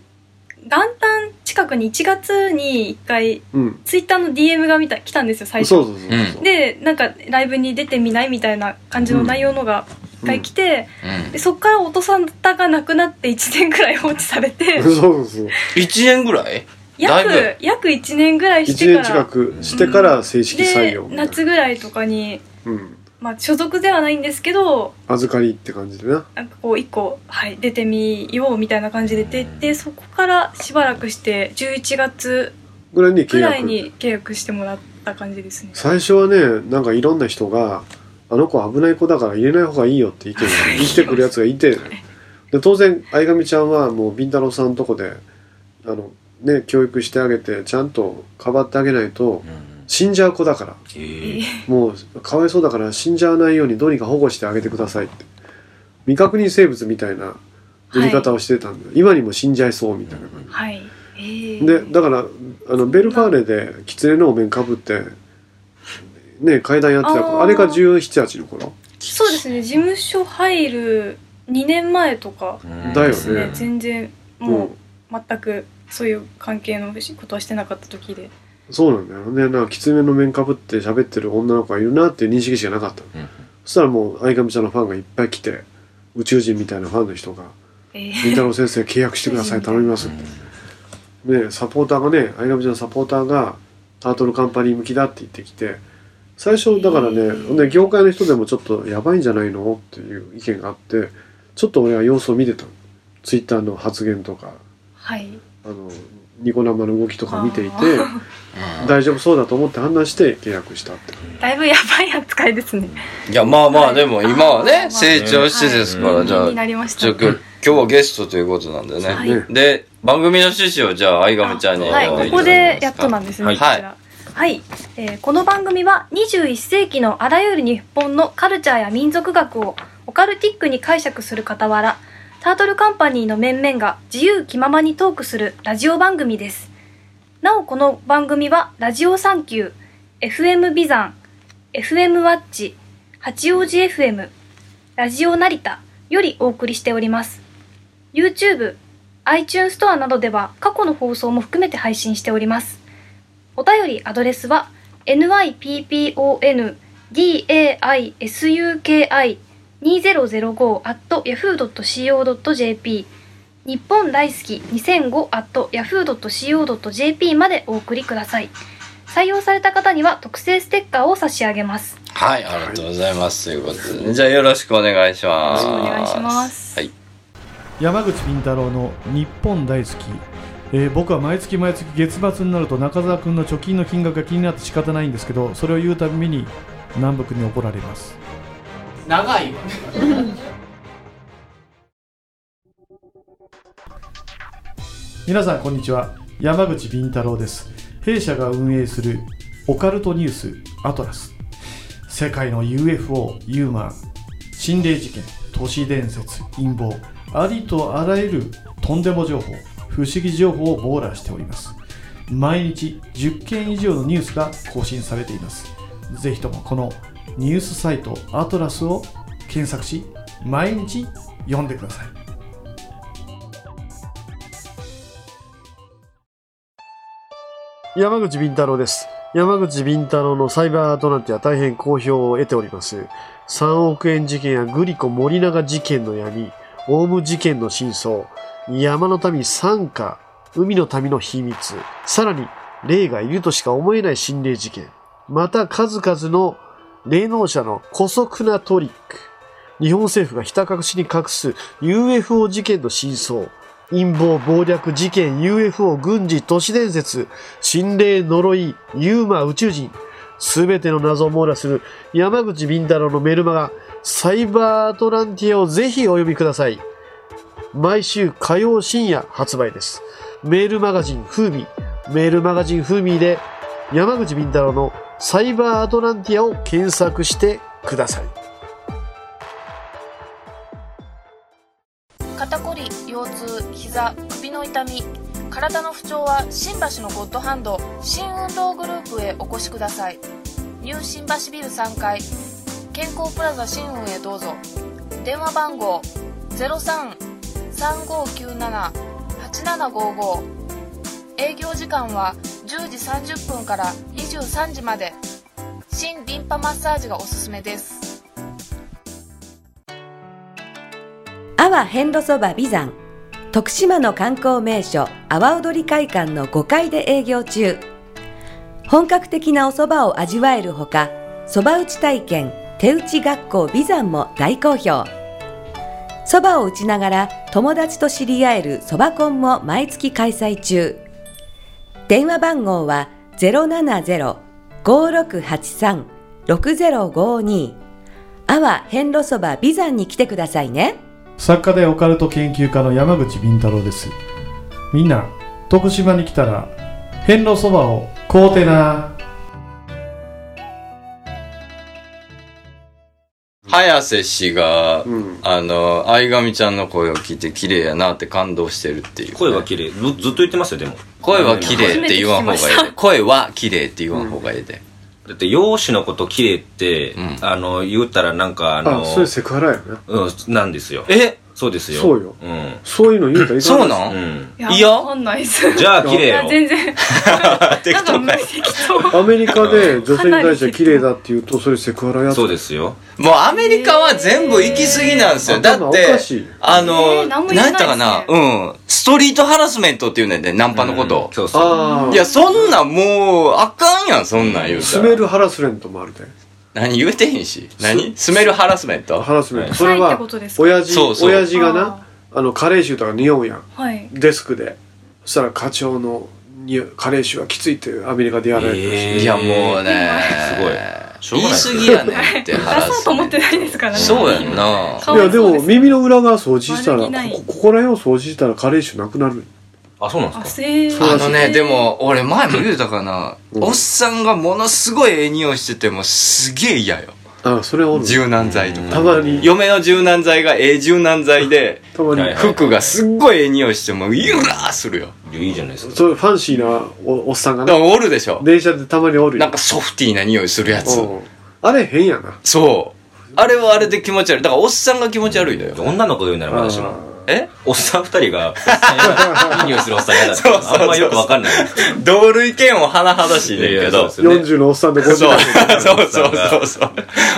Speaker 4: 元旦近くに1月に一回
Speaker 1: うん
Speaker 4: ツイッターの DM が見た来たんですよ最初
Speaker 1: そうそうそうそう、
Speaker 2: うん
Speaker 4: でなんかライブに出てみないみたいな感じの内容のが一回来て、でそっから落とさんたがなくなって1年くらい放置さ れて
Speaker 1: そうそうそう
Speaker 2: 1年ぐらいだい
Speaker 4: 約約1年ぐらいして
Speaker 1: 1
Speaker 4: か
Speaker 1: 年近
Speaker 4: ら
Speaker 1: くしてから正式採
Speaker 4: で
Speaker 1: 用みたいな
Speaker 4: 夏ぐらいとかに、
Speaker 1: うん、
Speaker 4: まあ、所属ではないんですけど
Speaker 1: 預かりって感じでな
Speaker 4: なんかこう一個、はい、出てみようみたいな感じで出てそこからしばらくして11月
Speaker 1: ぐらいに
Speaker 4: ぐ
Speaker 1: 契
Speaker 4: らい
Speaker 1: 約
Speaker 4: に契約してもらった感じですね。
Speaker 1: 最初はねなんかいろんな人が「あの子危ない子だから入れない方がいいよ」って意見 が言ってくるやつがいてで当然相上ちゃんはもうビンタロウさんのとこであのね教育してあげてちゃんとかばってあげないと
Speaker 3: うん
Speaker 1: 死んじゃう子だから
Speaker 3: えー
Speaker 1: もうかわいそうだから死んじゃわないようにどうにか保護してあげてくださいって未確認生物みたいな売り方をしてたんだ、今にも死んじゃいそうみたいな感じ
Speaker 4: はい、えー
Speaker 1: でだからあのベルファーレで狐のお面かぶって、ね、階段やってた
Speaker 4: あ
Speaker 1: 子
Speaker 4: ー
Speaker 1: あれが1718の頃
Speaker 4: そうですね事務所入る2年前とか
Speaker 3: うん
Speaker 1: だよ
Speaker 4: ですね、
Speaker 1: うん
Speaker 4: 全然もう全くそういう関係のことはしてなかった時で
Speaker 1: そうなんだよねなんか狐の面かぶって喋ってる女の子がいるなっていう認識しかなかったの
Speaker 3: うん
Speaker 1: そしたらもう相上ちゃんのファンがいっぱい来て宇宙人みたいなファンの人が
Speaker 4: え
Speaker 1: 「り太
Speaker 4: ー、
Speaker 1: 郎先生契約してくだ さい頼みます」ってねサポーターがね相上ちゃんのサポーターがタートルカンパニー向きだって言ってきて最初だからねで業界の人でもちょっとやばいんじゃないのっていう意見があってちょっと俺は様子を見てたのツイッターの発言とか
Speaker 4: はい
Speaker 1: あのニコ生の動きとか見ていて
Speaker 4: あー
Speaker 1: 大丈夫そうだと思って判断して契約したって
Speaker 4: だいぶやばい扱いですね
Speaker 2: いや、まあまあ、でも今は
Speaker 4: はい
Speaker 2: ね、成長してですか
Speaker 3: は
Speaker 2: ら、
Speaker 3: い
Speaker 2: じゃあ
Speaker 4: 気に、なりまし
Speaker 2: ちょ
Speaker 4: た
Speaker 2: っと今日今日はゲストということなんで
Speaker 4: は
Speaker 2: ね。
Speaker 4: い
Speaker 1: ね
Speaker 2: で、番組の趣旨をじゃあ、愛がめちゃんに。
Speaker 4: はい、ここでやっとなんですね、
Speaker 3: はい
Speaker 4: こちらはい、えーこの番組は21世紀のあらゆる日本のカルチャーや民俗学をオカルティックに解釈する傍らタートルカンパニーの面々が自由気ままにトークするラジオ番組ですなおこの番組はラジオサンキュー FM ビザン FM ワッチ八王子 FM ラジオ成田よりお送りしております YouTube、iTunes ストアなどでは過去の放送も含めて配信しております。お便りアドレスは nyppondaisuki2005.yahoo.co.jp 日本大好き 2005.yahoo.co.jp までお送りください。採用された方には特製ステッカーを差し上げます。
Speaker 2: はい、ありがとうございます。ということでね、じゃあよろしくお願いします。
Speaker 4: よろしくお願いします
Speaker 2: はい。
Speaker 5: 山口敏太郎の日本大好き、えー僕は毎月毎月月末になると中澤君の貯金の金額が気になって仕方ないんですけどそれを言うたびに南北に怒られます
Speaker 2: 長い
Speaker 5: 皆さんこんにちは山口敏太郎です弊社が運営するオカルトニュースアトラス世界の UFO ユーマン心霊事件都市伝説陰謀ありとあらゆるとんでも情報不思議情報を網羅しております毎日10件以上のニュースが更新されていますぜひともこのニュースサイトアトラスを検索し毎日読んでください
Speaker 1: 山口敏太郎です。山口敏太郎のサイバーアトランティア大変好評を得ております。3億円事件やグリコ森永事件の闇、オウム事件の真相、山の民参加、海の民の秘密、さらに霊がいるとしか思えない心霊事件、また数々の霊能者の古速なトリック、日本政府がひた隠しに隠す UFO 事件の真相、陰謀、暴略、事件、UFO、軍事、都市伝説、心霊、呪い、ユーマ、宇宙人、すべての謎を網羅する山口敏太郎のメルマガ、サイバーアトランティアをぜひお読みください。毎週火曜深夜発売です。メールマガジンフーミー、メールマガジンフーミーで山口敏太郎のサイバーアトランティアを検索してください。
Speaker 6: 肩こり腰痛膝首の痛み体の不調は新橋のゴッドハンド新運動グループへお越しくださいニュー新橋ビル3階健康プラザ新運へどうぞ電話番号0335978755営業時間は10時30分から23時まで新リンパマッサージがおすすめです
Speaker 7: 阿波遍路そば美山徳島の観光名所阿波踊り会館の5階で営業中本格的なお蕎麦を味わえるほか蕎麦打ち体験手打ち学校美山も大好評蕎麦を打ちながら友達と知り合える蕎麦コンも毎月開催中電話番号は070-5683-6052阿波遍路そば美山に来てくださいね。
Speaker 5: 作家でオカルト研究家の山口敏太郎ですみんな徳島に来たら遍路そばを買うてな
Speaker 2: 早瀬氏が、
Speaker 1: うん。
Speaker 2: あの、相上ちゃんの声を聞いて綺麗やなって感動してるっていうね、
Speaker 3: 声は綺麗ずずっと言ってますよでも
Speaker 2: 声は綺麗って言わん方が
Speaker 4: 初めて聞きま
Speaker 2: いい。声は綺麗って言わん方がいいで。
Speaker 3: だって容姿のこと綺麗って、
Speaker 2: うん
Speaker 3: あの言うたらなんかあの
Speaker 1: あ、それセクハラやね。
Speaker 3: うんなんですよ
Speaker 2: え
Speaker 3: そうですよ。
Speaker 1: そうよ
Speaker 3: うん。
Speaker 1: そういうの言うたらいか
Speaker 2: そう
Speaker 1: の
Speaker 2: な
Speaker 3: うんん。
Speaker 4: いや
Speaker 2: いや
Speaker 4: わかんないです。
Speaker 3: じゃあ、綺
Speaker 4: い
Speaker 3: 麗
Speaker 4: や、
Speaker 3: よ。
Speaker 4: 全然。
Speaker 2: 適当かい
Speaker 4: 適当。
Speaker 1: アメリカで女性に対して綺麗だって言うとそれセクハラや
Speaker 3: そうですよ。
Speaker 2: もうアメリカは全部行き過ぎなんですよ。だ
Speaker 1: 頭
Speaker 2: っ
Speaker 1: お
Speaker 2: て
Speaker 1: かしい、
Speaker 2: あの、
Speaker 4: えー何
Speaker 2: 何
Speaker 4: も言
Speaker 2: や
Speaker 4: えない
Speaker 2: った
Speaker 4: ですね
Speaker 2: かな、うん、ストリートハラスメントっていうねんで、ナンパのこと
Speaker 3: うん。そうそう。
Speaker 1: ああ
Speaker 2: いや、そんなんもう、あかんやん、そんなん言うた
Speaker 1: ス
Speaker 2: ら。
Speaker 1: メルハラスメントもあるで
Speaker 2: 何言うてへんし。何スメルハラスメント
Speaker 1: ハラスメン
Speaker 3: は
Speaker 1: ト
Speaker 3: い
Speaker 1: それ
Speaker 4: 臭いっ
Speaker 1: は
Speaker 4: てことですか
Speaker 1: 親父
Speaker 2: そうそう
Speaker 1: 親父が
Speaker 4: あ
Speaker 1: なあのカレー臭とか匂うやん
Speaker 4: はい。
Speaker 1: デスクでそしたら課長のにカレー臭はきついってアメリカでやられてるし
Speaker 3: えー
Speaker 2: いや、もうね、
Speaker 3: すごいしょう
Speaker 2: 言
Speaker 3: が
Speaker 2: い
Speaker 3: な
Speaker 2: 過ぎやねん
Speaker 3: いですね
Speaker 2: って
Speaker 4: 出
Speaker 2: ハラスメント。
Speaker 4: そうと思ってないですから ね。
Speaker 2: そうやんな。
Speaker 4: か
Speaker 1: い
Speaker 4: わ
Speaker 1: や
Speaker 4: い
Speaker 1: で
Speaker 4: そう
Speaker 1: も
Speaker 4: です
Speaker 1: 耳の裏側掃除したら
Speaker 4: 悪
Speaker 1: こ
Speaker 4: 気ない
Speaker 1: こここら辺を掃除したらカレー臭なくなる
Speaker 3: あ、そうなんです
Speaker 4: あ、
Speaker 3: か
Speaker 4: せー
Speaker 1: そう
Speaker 2: あ
Speaker 1: らしい
Speaker 2: のね、で。も、俺前も言うたかな、
Speaker 1: うん
Speaker 2: おっさんがものすごいええ匂いしてても、すげえ嫌よ。
Speaker 1: あそれはおる
Speaker 2: 柔軟剤とか。
Speaker 1: たまに
Speaker 2: 嫁の柔軟剤がええ柔軟剤で、
Speaker 1: たまに
Speaker 3: はいはい
Speaker 2: 服がすっごいええ匂いしても、イラーするよ。
Speaker 3: いやいいじゃないですか。
Speaker 1: そういうファンシーなおおっさんが
Speaker 2: だか
Speaker 1: ね
Speaker 2: らおるでしょ。
Speaker 1: 電車でたまにおるよ
Speaker 2: なんかソフティーな匂いするやつ。
Speaker 1: うんあれ変やな
Speaker 2: そう。あれはあれで気持ち悪い。だからおっさんが気持ち悪いのよ。
Speaker 3: 女の子言うならまだし
Speaker 1: あ
Speaker 3: も。
Speaker 2: え
Speaker 3: おっさん二人が、おっさんいい匂いするおっさん嫌だって。
Speaker 2: そうそうそう
Speaker 3: あんまよくわかんない。
Speaker 2: 同類嫌悪甚だしいねんけど。
Speaker 3: いやいやそうですよね
Speaker 1: 40のおっさんで
Speaker 2: そう
Speaker 1: 50
Speaker 2: そう
Speaker 1: 代
Speaker 2: そうそうそう。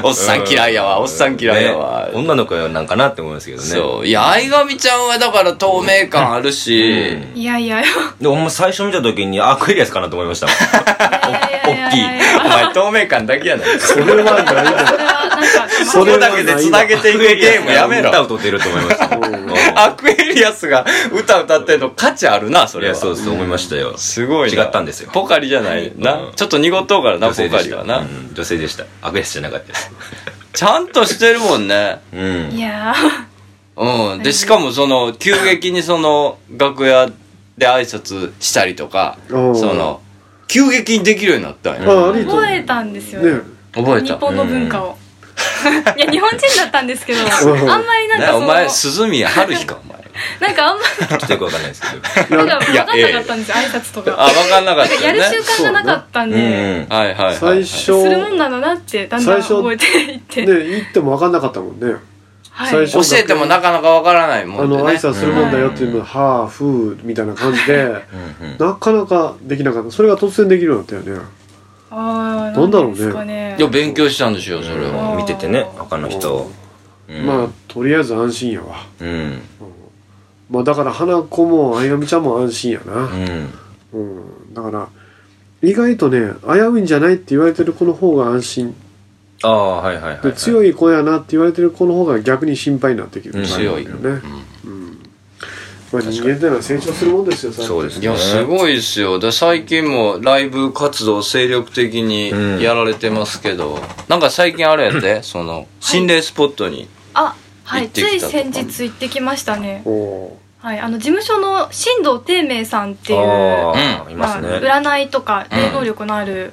Speaker 2: おっさん嫌いやわ、おっさん嫌いやわ
Speaker 3: ね。女の子なんかなって思いますけどね。
Speaker 2: そう。いや、相上ちゃんはだから透明感あるし、
Speaker 4: いやいや、いや
Speaker 3: で、ほんま最初見た時に、あ、クエリアスかなと思いましたもん。
Speaker 4: いやいやいやいや。
Speaker 2: お前透明感だけやないか。
Speaker 1: それはない
Speaker 4: それはなんか、
Speaker 2: そこだけで繋げていくゲームやめろ
Speaker 3: 歌。を歌ってると思いました。うん
Speaker 2: アクエリアスが歌歌ってんの価値あるな、そ
Speaker 3: い
Speaker 2: れ
Speaker 3: や、
Speaker 2: は。
Speaker 3: そうそう思いましたよ。
Speaker 2: すごいな。
Speaker 3: 違ったんですよ
Speaker 2: ポカリじゃないな
Speaker 3: う。ん
Speaker 2: ちょっと濁っとうからな、ポ
Speaker 3: 女性で
Speaker 2: カ
Speaker 3: し
Speaker 2: リ
Speaker 3: た。
Speaker 2: はな
Speaker 3: う。ん女性でした。アクエリアスじゃなかったです。
Speaker 2: ちゃんとしてるもんね。
Speaker 3: うん。
Speaker 4: いや
Speaker 2: うん。で、しかもその、急激にその、楽屋で挨拶したりとか、
Speaker 1: うん
Speaker 2: その、急激にできるようになったん
Speaker 1: な
Speaker 2: や。
Speaker 1: あありと
Speaker 4: 覚えたんですよ。
Speaker 1: ね
Speaker 2: 覚え
Speaker 4: 日
Speaker 2: た。
Speaker 4: 本の文化を。 いや、日本人だったんですけど、
Speaker 1: ん
Speaker 4: あんまりなん
Speaker 2: ね
Speaker 4: かそ
Speaker 2: お
Speaker 4: の、
Speaker 2: 前、鈴宮春日か、お前。
Speaker 4: なんかあんま
Speaker 3: ちょっとよくわかんないですけど。
Speaker 1: いや
Speaker 4: り、なんか分かんなかったんですよ、挨拶と
Speaker 2: あ、
Speaker 4: か。
Speaker 2: わかんなかっ
Speaker 4: なんか
Speaker 2: たよ
Speaker 4: やる
Speaker 2: ね。
Speaker 4: 習慣がなかったん
Speaker 3: うん
Speaker 4: で、
Speaker 3: うん。
Speaker 2: はいはいはい。
Speaker 1: 最初
Speaker 4: するもんなのなって、だんだん覚えていって。
Speaker 1: ね行っても分かんなかったもんね
Speaker 4: はい。
Speaker 1: 最初
Speaker 2: 教えてもなかなかわからないも
Speaker 1: あ
Speaker 2: んで
Speaker 1: の挨
Speaker 2: ね。
Speaker 1: 拶するもんだよっていうのははあふうみたいな感じで
Speaker 3: うん
Speaker 1: なかなかできなかったそれが突然できるようになったよね
Speaker 4: ああ、
Speaker 1: なんだろうね
Speaker 4: ですかね
Speaker 2: いや、勉強したんですよ、それは。
Speaker 3: うん見ててね、他の人を。うん
Speaker 1: まあとりあえず安心やわ
Speaker 3: うん。
Speaker 1: まあだから花子もあやみちゃんも安心や
Speaker 3: う
Speaker 1: な、
Speaker 3: ん。
Speaker 1: うん、だから意外とね危ういんじゃないって言われてる子の方が安心
Speaker 3: ああ、はいはいはいは
Speaker 1: で
Speaker 3: い。
Speaker 1: 強い子やなって言われてる子の方が逆に心配になってきる、
Speaker 3: うん
Speaker 2: 強い
Speaker 1: ね、うんまあ、人間ってのは成長するもんですよ
Speaker 3: そうです
Speaker 2: い
Speaker 3: ね。
Speaker 2: や、すごいですよ。で最近もライブ活動精力的に
Speaker 3: うん
Speaker 2: やられてますけど、なんか最近あれや って、その、心霊スポットに。
Speaker 4: あは
Speaker 2: 行
Speaker 4: い
Speaker 2: っ
Speaker 4: つ
Speaker 2: てき
Speaker 4: い
Speaker 2: たとか
Speaker 4: 先日行ってきましたね
Speaker 1: おお
Speaker 4: はいあの事務所の新藤貞明さんっていう
Speaker 3: ああ、いま
Speaker 4: まあ
Speaker 3: すね。
Speaker 4: 占いとか
Speaker 2: うん
Speaker 4: 霊能力のある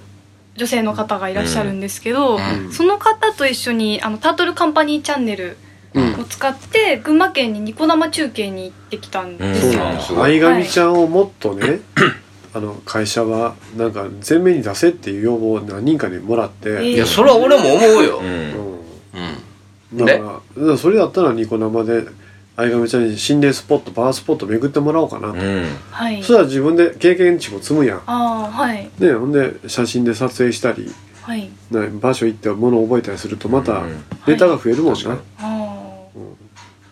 Speaker 4: 女性の方がいらっしゃるんですけど、
Speaker 2: うん
Speaker 4: その方と一緒にあのタートルカンパニーチャンネルを使って、群馬県にニコ生中継に行ってきたんで
Speaker 1: ー
Speaker 3: ん
Speaker 1: そう
Speaker 4: すよ、
Speaker 1: なん
Speaker 3: うん
Speaker 1: です
Speaker 3: す
Speaker 1: よ
Speaker 3: ご
Speaker 1: 相
Speaker 4: い
Speaker 1: 上ちゃんをもっとねあの会社はなんか前面に出せっていう要望を何人かにもらって、
Speaker 4: え
Speaker 2: いや、それは俺も思うよ
Speaker 3: う。ん。
Speaker 2: うん。
Speaker 1: うん、だから、それだったらニコ生で相上ちゃんに心霊スポットパワースポット巡ってもらおうかなと、
Speaker 3: うん。
Speaker 4: はい
Speaker 1: そしたら自分で経験値も積むやん
Speaker 4: ああはい
Speaker 1: ねほんで写真で撮影したり
Speaker 4: はい
Speaker 1: な場所行って物を覚えたりするとまた
Speaker 3: うん
Speaker 1: ネタが増えるもんな、
Speaker 3: はい
Speaker 4: ああ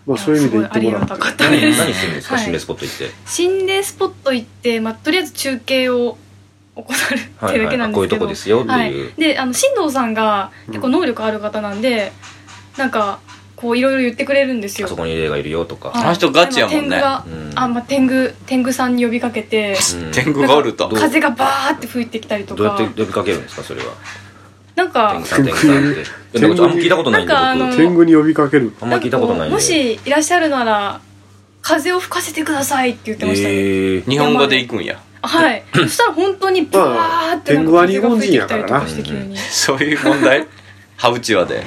Speaker 1: まあ、そういう意味で言ってもら
Speaker 4: すごいありがた
Speaker 1: う
Speaker 4: かったで
Speaker 3: 何、
Speaker 4: す
Speaker 3: 何するんですか、
Speaker 4: はい
Speaker 3: 心霊スポット行って。
Speaker 4: 心霊スポット行って、まあ、とりあえず中継を行うっていうだけな
Speaker 3: あ
Speaker 4: んで
Speaker 3: こういう
Speaker 4: すけ
Speaker 3: と
Speaker 4: ど
Speaker 3: こですよって
Speaker 4: はい
Speaker 3: いう。
Speaker 4: であの進藤さんが結構能力ある方なんで、なんかこういろいろ言ってくれるんです
Speaker 3: あ
Speaker 4: よ
Speaker 3: そこに霊がいるよと
Speaker 4: はい
Speaker 3: か。
Speaker 2: あの人ガチやもんね
Speaker 4: でまあ天
Speaker 3: うん
Speaker 4: 狗があまあ天狗天狗さんに呼びかけて
Speaker 3: うん
Speaker 2: 天狗がおると。
Speaker 3: どう
Speaker 4: 風がバーって吹いてきたりと
Speaker 3: どうや
Speaker 4: か
Speaker 3: って呼びかけるんですか、それは。
Speaker 4: なん
Speaker 3: 天
Speaker 4: か
Speaker 3: 狗さん、天狗さんって。いやなんかあんま聞いたことないんで、
Speaker 4: なんかあの
Speaker 3: 僕。
Speaker 1: 天狗に呼びかける
Speaker 3: あんま聞いたことないんで。
Speaker 4: もしいらっしゃるなら風を吹かせてくださいって言ってましたね、
Speaker 3: えー
Speaker 2: 日本語で行くんや。
Speaker 4: はい そしたら本当にバーってなんか
Speaker 1: まあ
Speaker 4: 風が吹いてきたりとかして
Speaker 3: 天
Speaker 4: 急
Speaker 3: 狗は日本
Speaker 4: に、
Speaker 2: そういう問 題ハウチワで。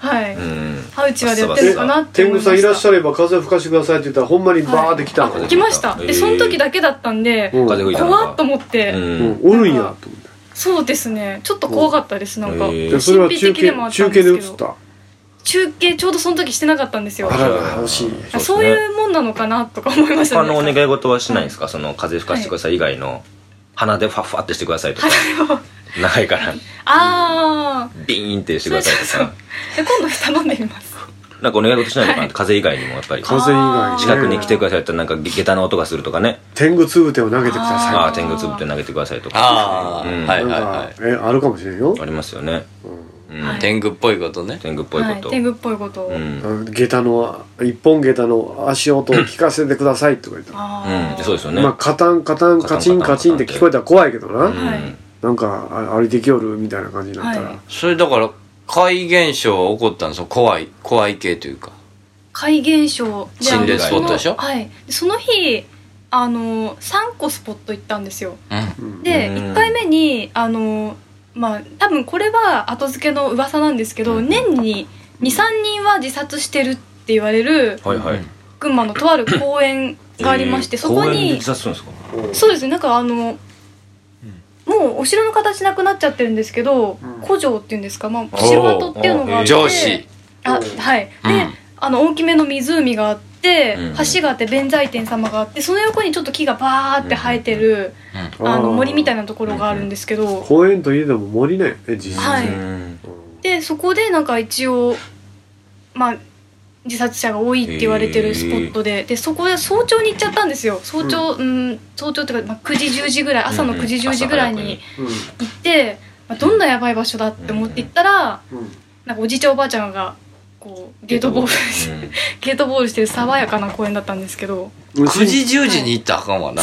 Speaker 4: はい、
Speaker 3: うん。
Speaker 4: ハウチはでやってるのかなって
Speaker 1: 天
Speaker 4: 思い
Speaker 1: 狗
Speaker 4: ました
Speaker 1: さんいらっしゃれば風吹かしてくださいって言ったらほんまにバーって来たの、
Speaker 4: あ来ました
Speaker 3: え
Speaker 4: で
Speaker 3: ー
Speaker 4: その時だけだったんで
Speaker 1: うん
Speaker 3: 風吹いたのか
Speaker 4: 怖っと思って、
Speaker 3: うん。
Speaker 1: うんおるんやと思って
Speaker 4: そうですねちょっと怖かったですなんか、
Speaker 3: うんへー
Speaker 1: でそれは
Speaker 4: 神秘
Speaker 1: 中
Speaker 4: 的で
Speaker 1: 継
Speaker 4: もあった
Speaker 1: 中
Speaker 4: んで
Speaker 1: 継です
Speaker 4: け
Speaker 1: 映っ
Speaker 4: ど
Speaker 1: た
Speaker 4: 中継ちょうどその時してなかったんですよ
Speaker 1: あらら惜しい
Speaker 4: あそういうもんなのかなとか思いました
Speaker 3: 他
Speaker 4: ね
Speaker 3: のお願い事はしないんですかその風吹かしてください以外の鼻でファッファってしてくださいとか長いから
Speaker 4: ああ
Speaker 3: ビーンってしてくださいとか
Speaker 4: じゃあ今度頼んでみます
Speaker 3: なんかお願い事しないのかなって風邪以外にもやっぱり
Speaker 1: 風邪以外
Speaker 4: あー
Speaker 1: ね
Speaker 3: 近くに来てくださいってなんか下駄の音がするとかね
Speaker 1: 天狗つぶてを投げてくだ
Speaker 4: あ
Speaker 1: さ
Speaker 3: ああ天狗つぶって投げてくださいとか
Speaker 2: ああ、
Speaker 3: うん
Speaker 2: はいい
Speaker 1: なん
Speaker 2: はい
Speaker 1: か
Speaker 2: は
Speaker 1: えあるかもしれんよ
Speaker 3: ありますよね
Speaker 2: い、うん天狗っぽいことね
Speaker 3: 天狗っぽいこと、
Speaker 4: はい、天狗っぽいことを、
Speaker 3: うん、うん
Speaker 1: 下駄の一本下駄の足音を聞かせてくださいとか言ったら
Speaker 4: ああ、
Speaker 3: そうですよね、
Speaker 1: まあカタンカタンカチンカチンって聞こえたら怖いけどな、
Speaker 3: うん
Speaker 4: はい
Speaker 1: なんかあ歩いてきよるみたいな感じになったら、
Speaker 4: はい
Speaker 2: それだから怪現象は起こったんですよ怖い怖い系というか
Speaker 4: 怪現象で
Speaker 2: 心霊
Speaker 3: スポット
Speaker 2: でしょ
Speaker 4: あのはいでその日あの3個スポット行ったんですよ
Speaker 2: うん
Speaker 1: うん
Speaker 4: で
Speaker 3: うん
Speaker 4: 1回目にあのまあ多分これは後付けの噂なんですけど年に23人は自殺してるって言われる
Speaker 3: はいはい、
Speaker 4: 群馬のとある公園がありまして、
Speaker 3: えー
Speaker 4: そこ
Speaker 3: 公園で
Speaker 4: に
Speaker 3: 自殺するんですか
Speaker 4: そうですねなんかあの、もうお城の形なくなっちゃってるんですけど、
Speaker 1: うん
Speaker 4: 古城っていうんですか、まあ、城跡っていうのがあって
Speaker 2: 上司
Speaker 4: あはい、で、
Speaker 2: うん
Speaker 4: あの大きめの湖があって、
Speaker 3: うん
Speaker 4: 橋があって弁財天様があってその横にちょっと木がバーって生えてる、
Speaker 1: うん
Speaker 4: あ
Speaker 1: あ
Speaker 4: の
Speaker 1: ー
Speaker 4: 森みたいなところがあるんですけど、
Speaker 1: 公園といえども森ねえ実際、
Speaker 4: はいう
Speaker 1: うん
Speaker 3: ん
Speaker 4: でそこでなんか一応まあ自殺者が多いって言われてるスポットで、でそこで早朝に行っちゃったんですよ早朝、うん、早朝っていうか、まあ、9時10時ぐらい朝の9時10時ぐらいに行って、まあ、どんなやばい場所だって思って行ったら、
Speaker 1: うん
Speaker 4: なんかおじいちゃんおばあちゃんがこうゲートボールして
Speaker 3: うん
Speaker 4: ゲートボールしてる爽やかな公園だったんですけど
Speaker 1: うん
Speaker 2: 9時10時に行ったらあかんわな、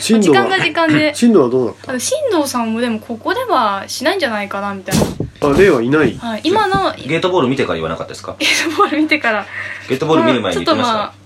Speaker 1: 進
Speaker 4: 時
Speaker 1: 路
Speaker 4: 間
Speaker 1: は
Speaker 4: が時間 で
Speaker 1: 進路はどう
Speaker 4: あ
Speaker 1: だっ
Speaker 4: の進藤さんもでもここではしないんじゃないかなみたい
Speaker 1: たあ霊はいない
Speaker 4: な、はい、 今の
Speaker 3: ゲートボール見てから言わなかった ですか
Speaker 4: ゲートボール見てから
Speaker 3: ゲートボール見る前に言ってました、
Speaker 4: まあちょっとまあ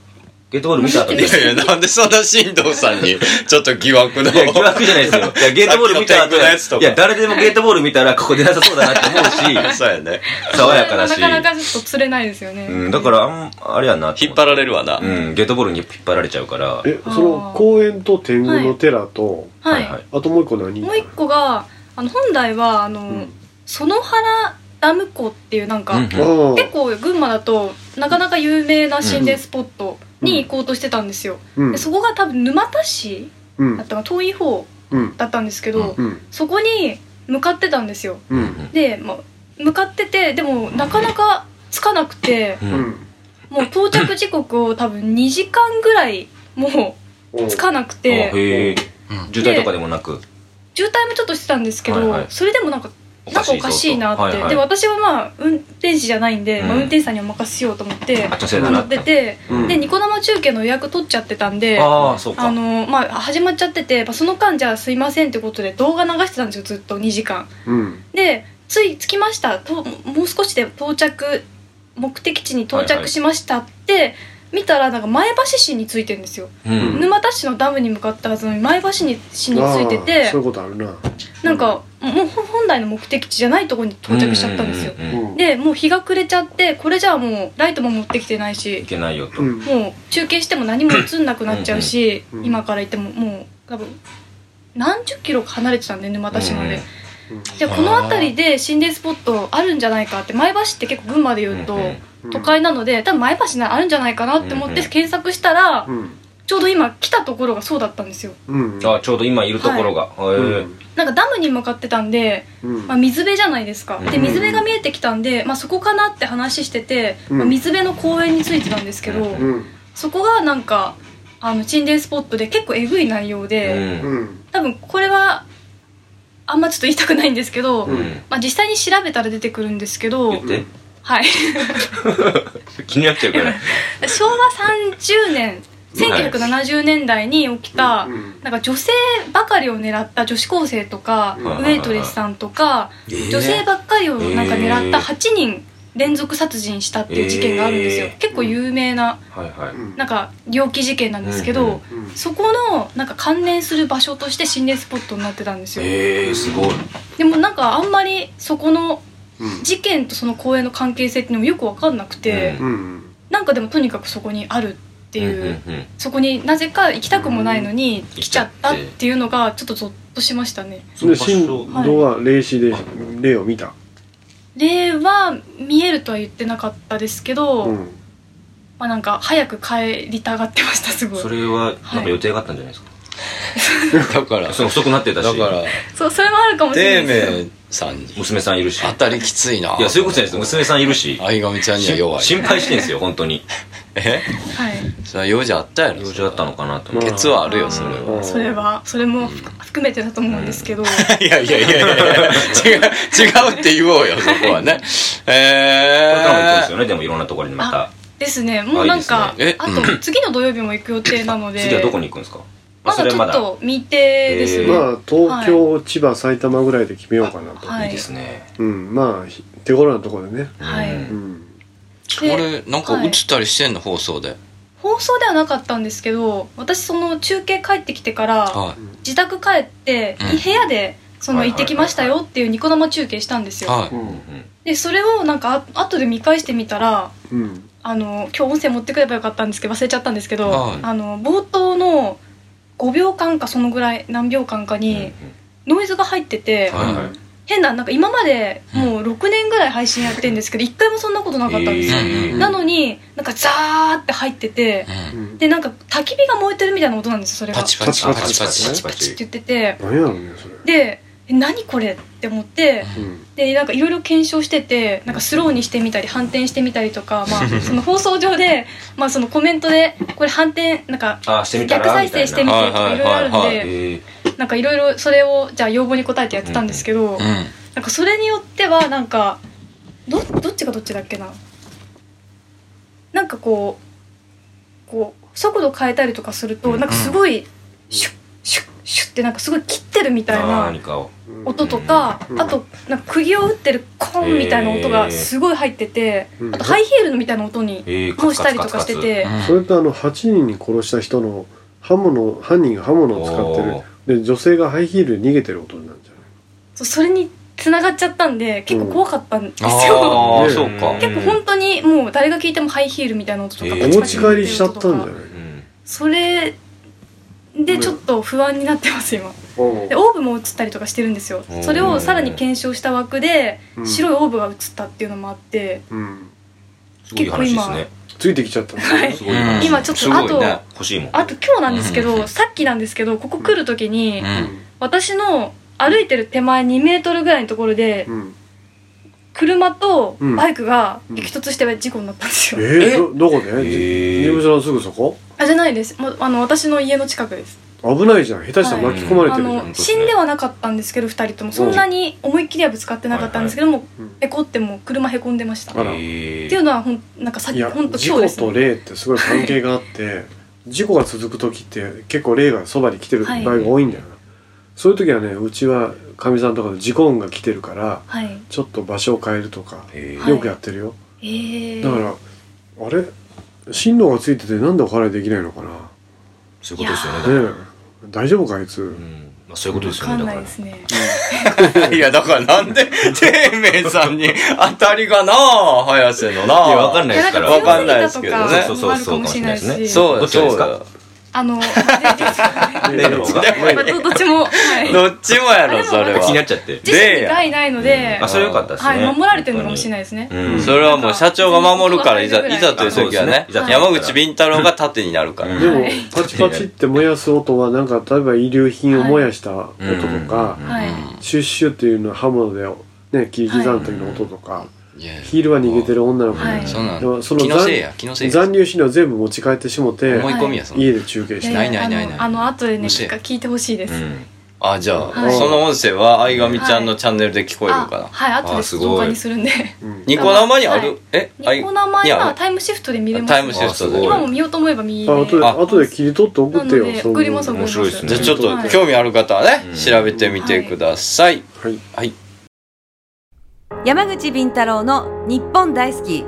Speaker 3: ゲートボール見た後に
Speaker 4: 見
Speaker 3: い
Speaker 4: て
Speaker 3: や
Speaker 2: いやいやなんでそんな進藤さんにちょっと疑惑の
Speaker 3: 疑惑じゃないですよいやゲートボール見た
Speaker 2: さっきの天狗のやつと
Speaker 3: 後
Speaker 2: か
Speaker 3: いや誰でもゲートボール見たらここ出なさそうだなって思うし
Speaker 2: そうやね
Speaker 3: 爽やかだし
Speaker 4: なかなかちょっと釣れないですよね、
Speaker 3: うん、だからあんあれやな
Speaker 2: 引っ張
Speaker 3: ら
Speaker 2: られるわな、
Speaker 3: うんゲートボールに引っ張られちゃうから
Speaker 1: えその公園と天狗の寺と、
Speaker 4: はい、
Speaker 1: あともう一個何
Speaker 4: もう一個があの本来はあの、
Speaker 1: ん
Speaker 4: 園原ダム湖っていうなんか、
Speaker 3: うん
Speaker 1: あ
Speaker 4: 結構群馬だとなかなか有名な心霊スポットに行こうとしてたんですよ、
Speaker 1: あうん
Speaker 4: でそこが多分沼田市
Speaker 1: うん
Speaker 4: だったか遠い方
Speaker 1: うん
Speaker 4: だったんですけど、
Speaker 1: うん
Speaker 4: そこに向かってたんですよ
Speaker 1: うん
Speaker 4: で、まあ、向かっててでもなかなか着かなくて
Speaker 3: う
Speaker 1: うんん
Speaker 4: もう到着時刻を多分2時間ぐらいもう着かなく
Speaker 3: あ
Speaker 4: て
Speaker 3: へえ
Speaker 2: うん
Speaker 3: 渋滞とかでもなく
Speaker 4: 渋滞もちょっとしてたんですけど、
Speaker 3: はいはい
Speaker 4: それでもなんか
Speaker 3: おか
Speaker 4: な
Speaker 3: し
Speaker 4: んかお
Speaker 3: いぞ
Speaker 4: かしいなって、
Speaker 3: はいはい
Speaker 4: で私はまあ運転手じゃないんで、
Speaker 3: う
Speaker 4: まあ
Speaker 3: ん
Speaker 4: 運転手さんにお任せしようと思って
Speaker 3: あ女性だ
Speaker 4: 乗
Speaker 3: な
Speaker 4: っ、てて、
Speaker 1: うん
Speaker 4: でニコ生中継の予約取っちゃってたんで。
Speaker 3: ああそうか
Speaker 4: あのまあ、始まっちゃってて、まあ、その間じゃあすいませんってことで動画流してたんですよずっと2時間
Speaker 1: うん
Speaker 4: でつい着きましたともう少しで到着目的地に到
Speaker 3: はいは
Speaker 4: 着
Speaker 3: い
Speaker 4: しましたって、見たらなんか前橋市についてんですよ、
Speaker 3: うん
Speaker 4: 沼田市のダムに向かったはずのに前橋に市について
Speaker 1: あ
Speaker 4: て
Speaker 1: ーそういうことあるな
Speaker 4: なんかもうほ本来の目的地じゃないところに到着しちゃったんですよ、
Speaker 3: ううう
Speaker 1: うん
Speaker 4: でもう日が暮れちゃってこれじゃあもうライトも持ってきてない
Speaker 3: い
Speaker 4: し
Speaker 3: けないよと、
Speaker 1: うん
Speaker 4: もう中継しても何も映んなくなっちゃうし
Speaker 1: うんうん
Speaker 4: 今から行ってももう多分何十キロか離れてたんで沼田市まで、でこの辺りで心霊スポットあるんじゃないかって前橋って結構群馬で言うと
Speaker 3: うんうん
Speaker 4: 都会なので多分前橋ならあるんじゃないかなって思って検索したら
Speaker 1: うん
Speaker 4: ちょうど今来たところがそうだったんですよ
Speaker 1: うん
Speaker 3: あちょうど今いるところが、
Speaker 1: う
Speaker 3: へえ
Speaker 1: ん
Speaker 4: なんかダムに向かってたんで
Speaker 1: うん
Speaker 4: まあ、水辺じゃないですかで
Speaker 3: うん
Speaker 4: 水辺が見えてきたんで、まあ、そこかなって話してて、
Speaker 1: うん
Speaker 4: まあ、水辺の公園についてたんですけど、
Speaker 1: うん
Speaker 4: そこがなんかあの心霊スポットで結構えぐい内容
Speaker 3: う
Speaker 4: で、
Speaker 3: ん
Speaker 1: うん
Speaker 4: 多分これはあんまちょっと言いたくないんですけど、
Speaker 3: うん
Speaker 4: まあ、実際に調べたら出てくるんですけど、
Speaker 3: 言って
Speaker 4: はい
Speaker 3: 気になっちゃうから
Speaker 4: 昭和30年1970年代に起きた、
Speaker 1: うん
Speaker 4: なんか女性ばかりを狙った女子高生とか、
Speaker 1: うん
Speaker 4: ウェイトレスさんとか、
Speaker 3: ええ
Speaker 4: 女性ばっかりをなんか狙った
Speaker 3: ええ
Speaker 4: 8人連続殺人したっていう事件があるんですよ、
Speaker 3: ええ
Speaker 4: 結構有名な
Speaker 3: はいは
Speaker 1: う
Speaker 3: い
Speaker 1: ん
Speaker 4: なんか猟奇事件なんですけど、
Speaker 3: うんうん
Speaker 1: うん
Speaker 4: そこのなんか関連する場所として心霊スポットになってたんですよ、
Speaker 3: えー、すごい
Speaker 4: でもなんかあんまりそこの
Speaker 1: うん
Speaker 4: 事件とその公園の関係性っていうのもよく分かんなくて、
Speaker 1: うんうん
Speaker 4: なんかでもとにかくそこにあるっていう、
Speaker 3: うんうんうん
Speaker 4: そこになぜか行きたくもないのに来ちゃったっていうのがちょっとゾッとしましたね
Speaker 1: で神道は霊視で霊を見た
Speaker 4: 霊は見えるとは言ってなかったですけど、
Speaker 1: うん
Speaker 4: まあなんか早く帰りたがってましたすごい
Speaker 3: それはなんか予定があったんじゃないですか、
Speaker 2: だから、
Speaker 3: その遅くなってた
Speaker 2: だ
Speaker 3: し
Speaker 2: から、
Speaker 4: そうそれもあるかもしれ
Speaker 2: デ
Speaker 4: ないですけ
Speaker 2: ー
Speaker 4: ど
Speaker 2: メさんに
Speaker 3: 娘さんいるし
Speaker 2: 当たりきついな。
Speaker 3: いやそういうことじゃないです娘さんいるし
Speaker 2: 相上ちゃんには弱い。
Speaker 3: 心配してんですよ本当に
Speaker 2: え
Speaker 4: はい
Speaker 2: それは用事あったやろ。
Speaker 3: 用事だったのかなと思って
Speaker 2: ケツはあるよ、それは。
Speaker 4: それはそれも含含めてだと思うんですけど、はい
Speaker 2: やいやいやいや違う、違うって言おうよ、そこはね。
Speaker 3: これからも行くんです
Speaker 2: え
Speaker 3: よねでもいろんなところにまた
Speaker 4: ですねもうなんか
Speaker 2: あいいですねえ
Speaker 4: あと次の土曜日も行く予定なので
Speaker 3: 次はどこに行くんですかあ
Speaker 4: まだちょっと未定ですね、
Speaker 3: えー
Speaker 1: まあ東京、千葉埼玉ぐらいで決めようかなと、
Speaker 4: はい
Speaker 3: いですね
Speaker 1: うんまあひ手頃なところでね、
Speaker 4: はい、
Speaker 3: う
Speaker 1: うん、
Speaker 2: ー、
Speaker 4: で
Speaker 2: 俺、なんか映ったりしてんの、放送で。
Speaker 4: 放送ではなかったんですけど私その中継帰ってきてから
Speaker 2: は
Speaker 4: 自宅帰って、
Speaker 2: うん
Speaker 4: 部屋でその
Speaker 3: はい
Speaker 4: 行
Speaker 3: はいはいはい
Speaker 4: ってきましたよっていうニコ生中継したんです
Speaker 2: い。
Speaker 4: よ、
Speaker 2: は
Speaker 1: う
Speaker 2: い。
Speaker 1: ん
Speaker 4: でそれをなんかあ後で見返してみたら
Speaker 1: うん
Speaker 4: あの今日音声持ってくればよかったんですけど忘れちゃったんですけど、
Speaker 2: はい
Speaker 4: あの冒頭の5秒間かそのぐらい何秒間かにノイズが入ってて、
Speaker 2: はい
Speaker 3: はい
Speaker 4: 変ななんか今までもう6年ぐらい配信やってるんですけど1回もそんなことなかったんですよ、
Speaker 2: えー
Speaker 4: なのになんかザーって入ってて
Speaker 2: うん
Speaker 1: うん
Speaker 4: でなんか焚き火が燃えてるみたいな音なんですよそれが
Speaker 2: パチパチ、パ
Speaker 1: パ
Speaker 2: チ
Speaker 1: チ
Speaker 2: パ
Speaker 1: パ
Speaker 2: チ。
Speaker 3: チパ
Speaker 4: パチって
Speaker 3: チ
Speaker 4: 言ってて
Speaker 1: 何やろうねそれ、
Speaker 4: で「え何これ?」って思って
Speaker 1: うん、
Speaker 4: でなんかいろいろ検証しててなんかスローにしてみたり反転してみたりとか、まあ、その放送上で、まあ、そのコメントでこれ反転なんか
Speaker 3: あしてみたら
Speaker 4: 逆再生してみ
Speaker 3: み
Speaker 4: てとかいろいろあるん
Speaker 2: はいはい
Speaker 3: たいな
Speaker 4: で
Speaker 3: え
Speaker 4: なんかいろいろそれをじゃあ要望に応えてやってたんですけ
Speaker 2: う
Speaker 4: ど
Speaker 2: ん。
Speaker 4: なんかそれによってはなんかどどっちがどっちだっけななんかこうこう速度変えたりとかするとなんかすごいシュッシュッシュッってなんかすごい切ってるみたいな
Speaker 3: 何かを
Speaker 4: 音とか、
Speaker 1: うん
Speaker 4: あとなんか釘を打ってるコンみたいな音がすごい入ってて、
Speaker 1: うん
Speaker 4: あとハイヒールみたいな音に
Speaker 3: えー
Speaker 4: もしたりとかしてて、
Speaker 2: うん
Speaker 1: それとあの8人に殺した人の刃物犯人が刃物を使って
Speaker 3: お
Speaker 1: るで女性がハイヒールで逃げてる音になるんじゃない
Speaker 4: そうそれに繋がっちゃったんで結構怖かったんですよ、
Speaker 2: ああ、
Speaker 1: ね
Speaker 2: そうか。
Speaker 4: 結構本当にもう誰が聞いてもハイヒールみたいな音とか
Speaker 3: えー
Speaker 4: パチ
Speaker 1: お持
Speaker 4: パチ
Speaker 1: ち
Speaker 4: って
Speaker 1: 帰
Speaker 4: いう
Speaker 1: りしちゃったんじゃ
Speaker 4: 音
Speaker 1: な
Speaker 4: とか
Speaker 1: い
Speaker 3: うん
Speaker 4: それでちょっと不安になってます今
Speaker 1: おう
Speaker 4: でオーブも映ったりとかしてるんですよそれをさらに検証した枠で
Speaker 1: うん
Speaker 4: 白いオーブが映ったっていうのもあって
Speaker 1: うん、
Speaker 3: すごい話ですね
Speaker 1: ついてきちゃったんだ
Speaker 4: はい
Speaker 3: すごい話
Speaker 4: 今ちょっと
Speaker 2: すごい
Speaker 4: あと
Speaker 2: ね
Speaker 3: 欲しいもん
Speaker 4: あと今日なんですけ
Speaker 2: うん
Speaker 4: どさっきなんですけどここ来る時に
Speaker 2: うん。
Speaker 4: 私の歩いてる手前2メートルぐらいのところで
Speaker 1: うんうん、
Speaker 4: 車と
Speaker 1: うん
Speaker 4: バイクが激突して事故になったんです
Speaker 1: え
Speaker 4: よ、
Speaker 1: ー、どどこで、
Speaker 3: えー
Speaker 1: 事務所のすぐそこ
Speaker 4: あじゃないですもうあの私の家の近くです
Speaker 1: 危ないじゃん下手したら巻き込まれて
Speaker 4: あ
Speaker 1: るじゃん、
Speaker 4: の
Speaker 3: 当です
Speaker 4: 死
Speaker 3: ね
Speaker 4: んではなかったんですけど2人ともそんなに思いっきりはぶつかってなかったんですけども
Speaker 1: うん
Speaker 4: ペコってもう車へこんでました
Speaker 1: あら
Speaker 4: っ
Speaker 3: え
Speaker 4: ていうのはほんなんかさっ
Speaker 1: い
Speaker 4: き
Speaker 1: や
Speaker 4: ほんと
Speaker 1: 事
Speaker 4: 今
Speaker 1: 故
Speaker 4: 日です
Speaker 1: と
Speaker 4: ね
Speaker 1: 霊ってすごい関係があって事故が続く時って結構霊がそばに来てる場
Speaker 4: は
Speaker 1: 合
Speaker 4: い
Speaker 1: が多いんだよな、そういう時はねうちはかみさんとかの事故音が来てるから
Speaker 4: はい
Speaker 1: ちょっと場所を変えるとか
Speaker 3: え
Speaker 4: はい
Speaker 1: よくやってるよ、
Speaker 4: えー、
Speaker 1: だからあれ進路がついててなんでお払いできないのかな
Speaker 3: そういうことですよねだか
Speaker 1: ね
Speaker 3: ら
Speaker 1: え大丈夫かあいつ、
Speaker 3: うんまあそういうことです
Speaker 4: 分
Speaker 3: よ
Speaker 4: か
Speaker 3: ねだ
Speaker 4: んな
Speaker 3: か
Speaker 4: い
Speaker 3: ら
Speaker 4: です ね
Speaker 2: いや、だからなんで、てめえさんに当たりがなあ、早瀬のなあ。
Speaker 3: いやわかんないですから
Speaker 2: わかんないですけど
Speaker 4: 強
Speaker 2: ね
Speaker 4: す。ぎたとかもあるかもしれない
Speaker 3: そうそうそうそうかもしれないです
Speaker 4: し
Speaker 3: ね
Speaker 2: そう
Speaker 3: ど
Speaker 2: よ
Speaker 3: っちが
Speaker 2: そ
Speaker 3: で
Speaker 2: う
Speaker 3: すか
Speaker 2: よ。
Speaker 4: あのま
Speaker 3: 例の方が
Speaker 4: あどどっちも、はい、
Speaker 2: どっちもやろ、それ
Speaker 3: 気にな
Speaker 2: は
Speaker 3: っ。ちゃって
Speaker 4: 知識が害ないので、
Speaker 3: あそれよかったです
Speaker 4: は
Speaker 3: ね
Speaker 4: い、守られてるのかもしれないですね、
Speaker 3: うん
Speaker 2: それはもう社長が守るから、いざ、いざという時はね
Speaker 3: あそうですねいざという時は、
Speaker 2: 山口敏太郎が盾になるから。
Speaker 3: うん
Speaker 1: でも、
Speaker 4: はい
Speaker 1: パチパチって燃やす音はなんか例えば遺留品を燃やした音とか、
Speaker 3: うん
Speaker 4: はい、
Speaker 1: シュッシュっていうのは刃物でね切り刻んだ時の音とか、
Speaker 2: いや
Speaker 1: ヒールは逃げてる女の子
Speaker 4: はい
Speaker 2: そんなん
Speaker 1: でもその
Speaker 2: 気のせいや、気のせいや。
Speaker 1: 残留資料全部持ち帰ってしもて
Speaker 2: 思い込みや、そんな
Speaker 1: 家で中継し
Speaker 4: や
Speaker 1: た
Speaker 2: ない
Speaker 4: や
Speaker 2: ないないない
Speaker 4: あのあの後でね
Speaker 2: むしろ
Speaker 4: 聞いてほしいです、
Speaker 3: うん
Speaker 2: あ、じゃあ、
Speaker 4: はい
Speaker 2: その音声は、相上ちゃんのチャンネルで聞こえるか
Speaker 4: あ
Speaker 2: な。
Speaker 4: はい後
Speaker 3: あ
Speaker 4: ですす
Speaker 3: ごい
Speaker 4: 動画にする んで
Speaker 1: うん
Speaker 2: ニコ生にあ
Speaker 4: は
Speaker 2: る
Speaker 4: い、
Speaker 2: え、
Speaker 4: ニ
Speaker 2: あい
Speaker 4: コ生
Speaker 2: いや
Speaker 4: 今タイムシフトで見れます
Speaker 2: タイムシフト
Speaker 3: あす
Speaker 2: で
Speaker 3: ごい。
Speaker 4: 今も見ようと思えば見れ
Speaker 1: あ後で
Speaker 2: あ
Speaker 1: 後で切り取って送ってよ
Speaker 4: なので
Speaker 1: そう
Speaker 4: 送ります
Speaker 1: は
Speaker 3: 面白いですね
Speaker 2: じゃあちょっ
Speaker 4: は
Speaker 2: と
Speaker 4: い
Speaker 2: 興味ある方はね、
Speaker 3: うん
Speaker 2: 調べてみてください。
Speaker 1: い
Speaker 2: はい。
Speaker 7: 山口敏太郎の日本大好き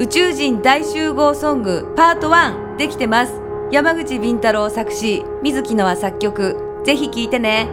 Speaker 7: 宇宙人大集合ソングパート1できてます山口敏太郎作詞水木のは作曲ぜひ聴いてね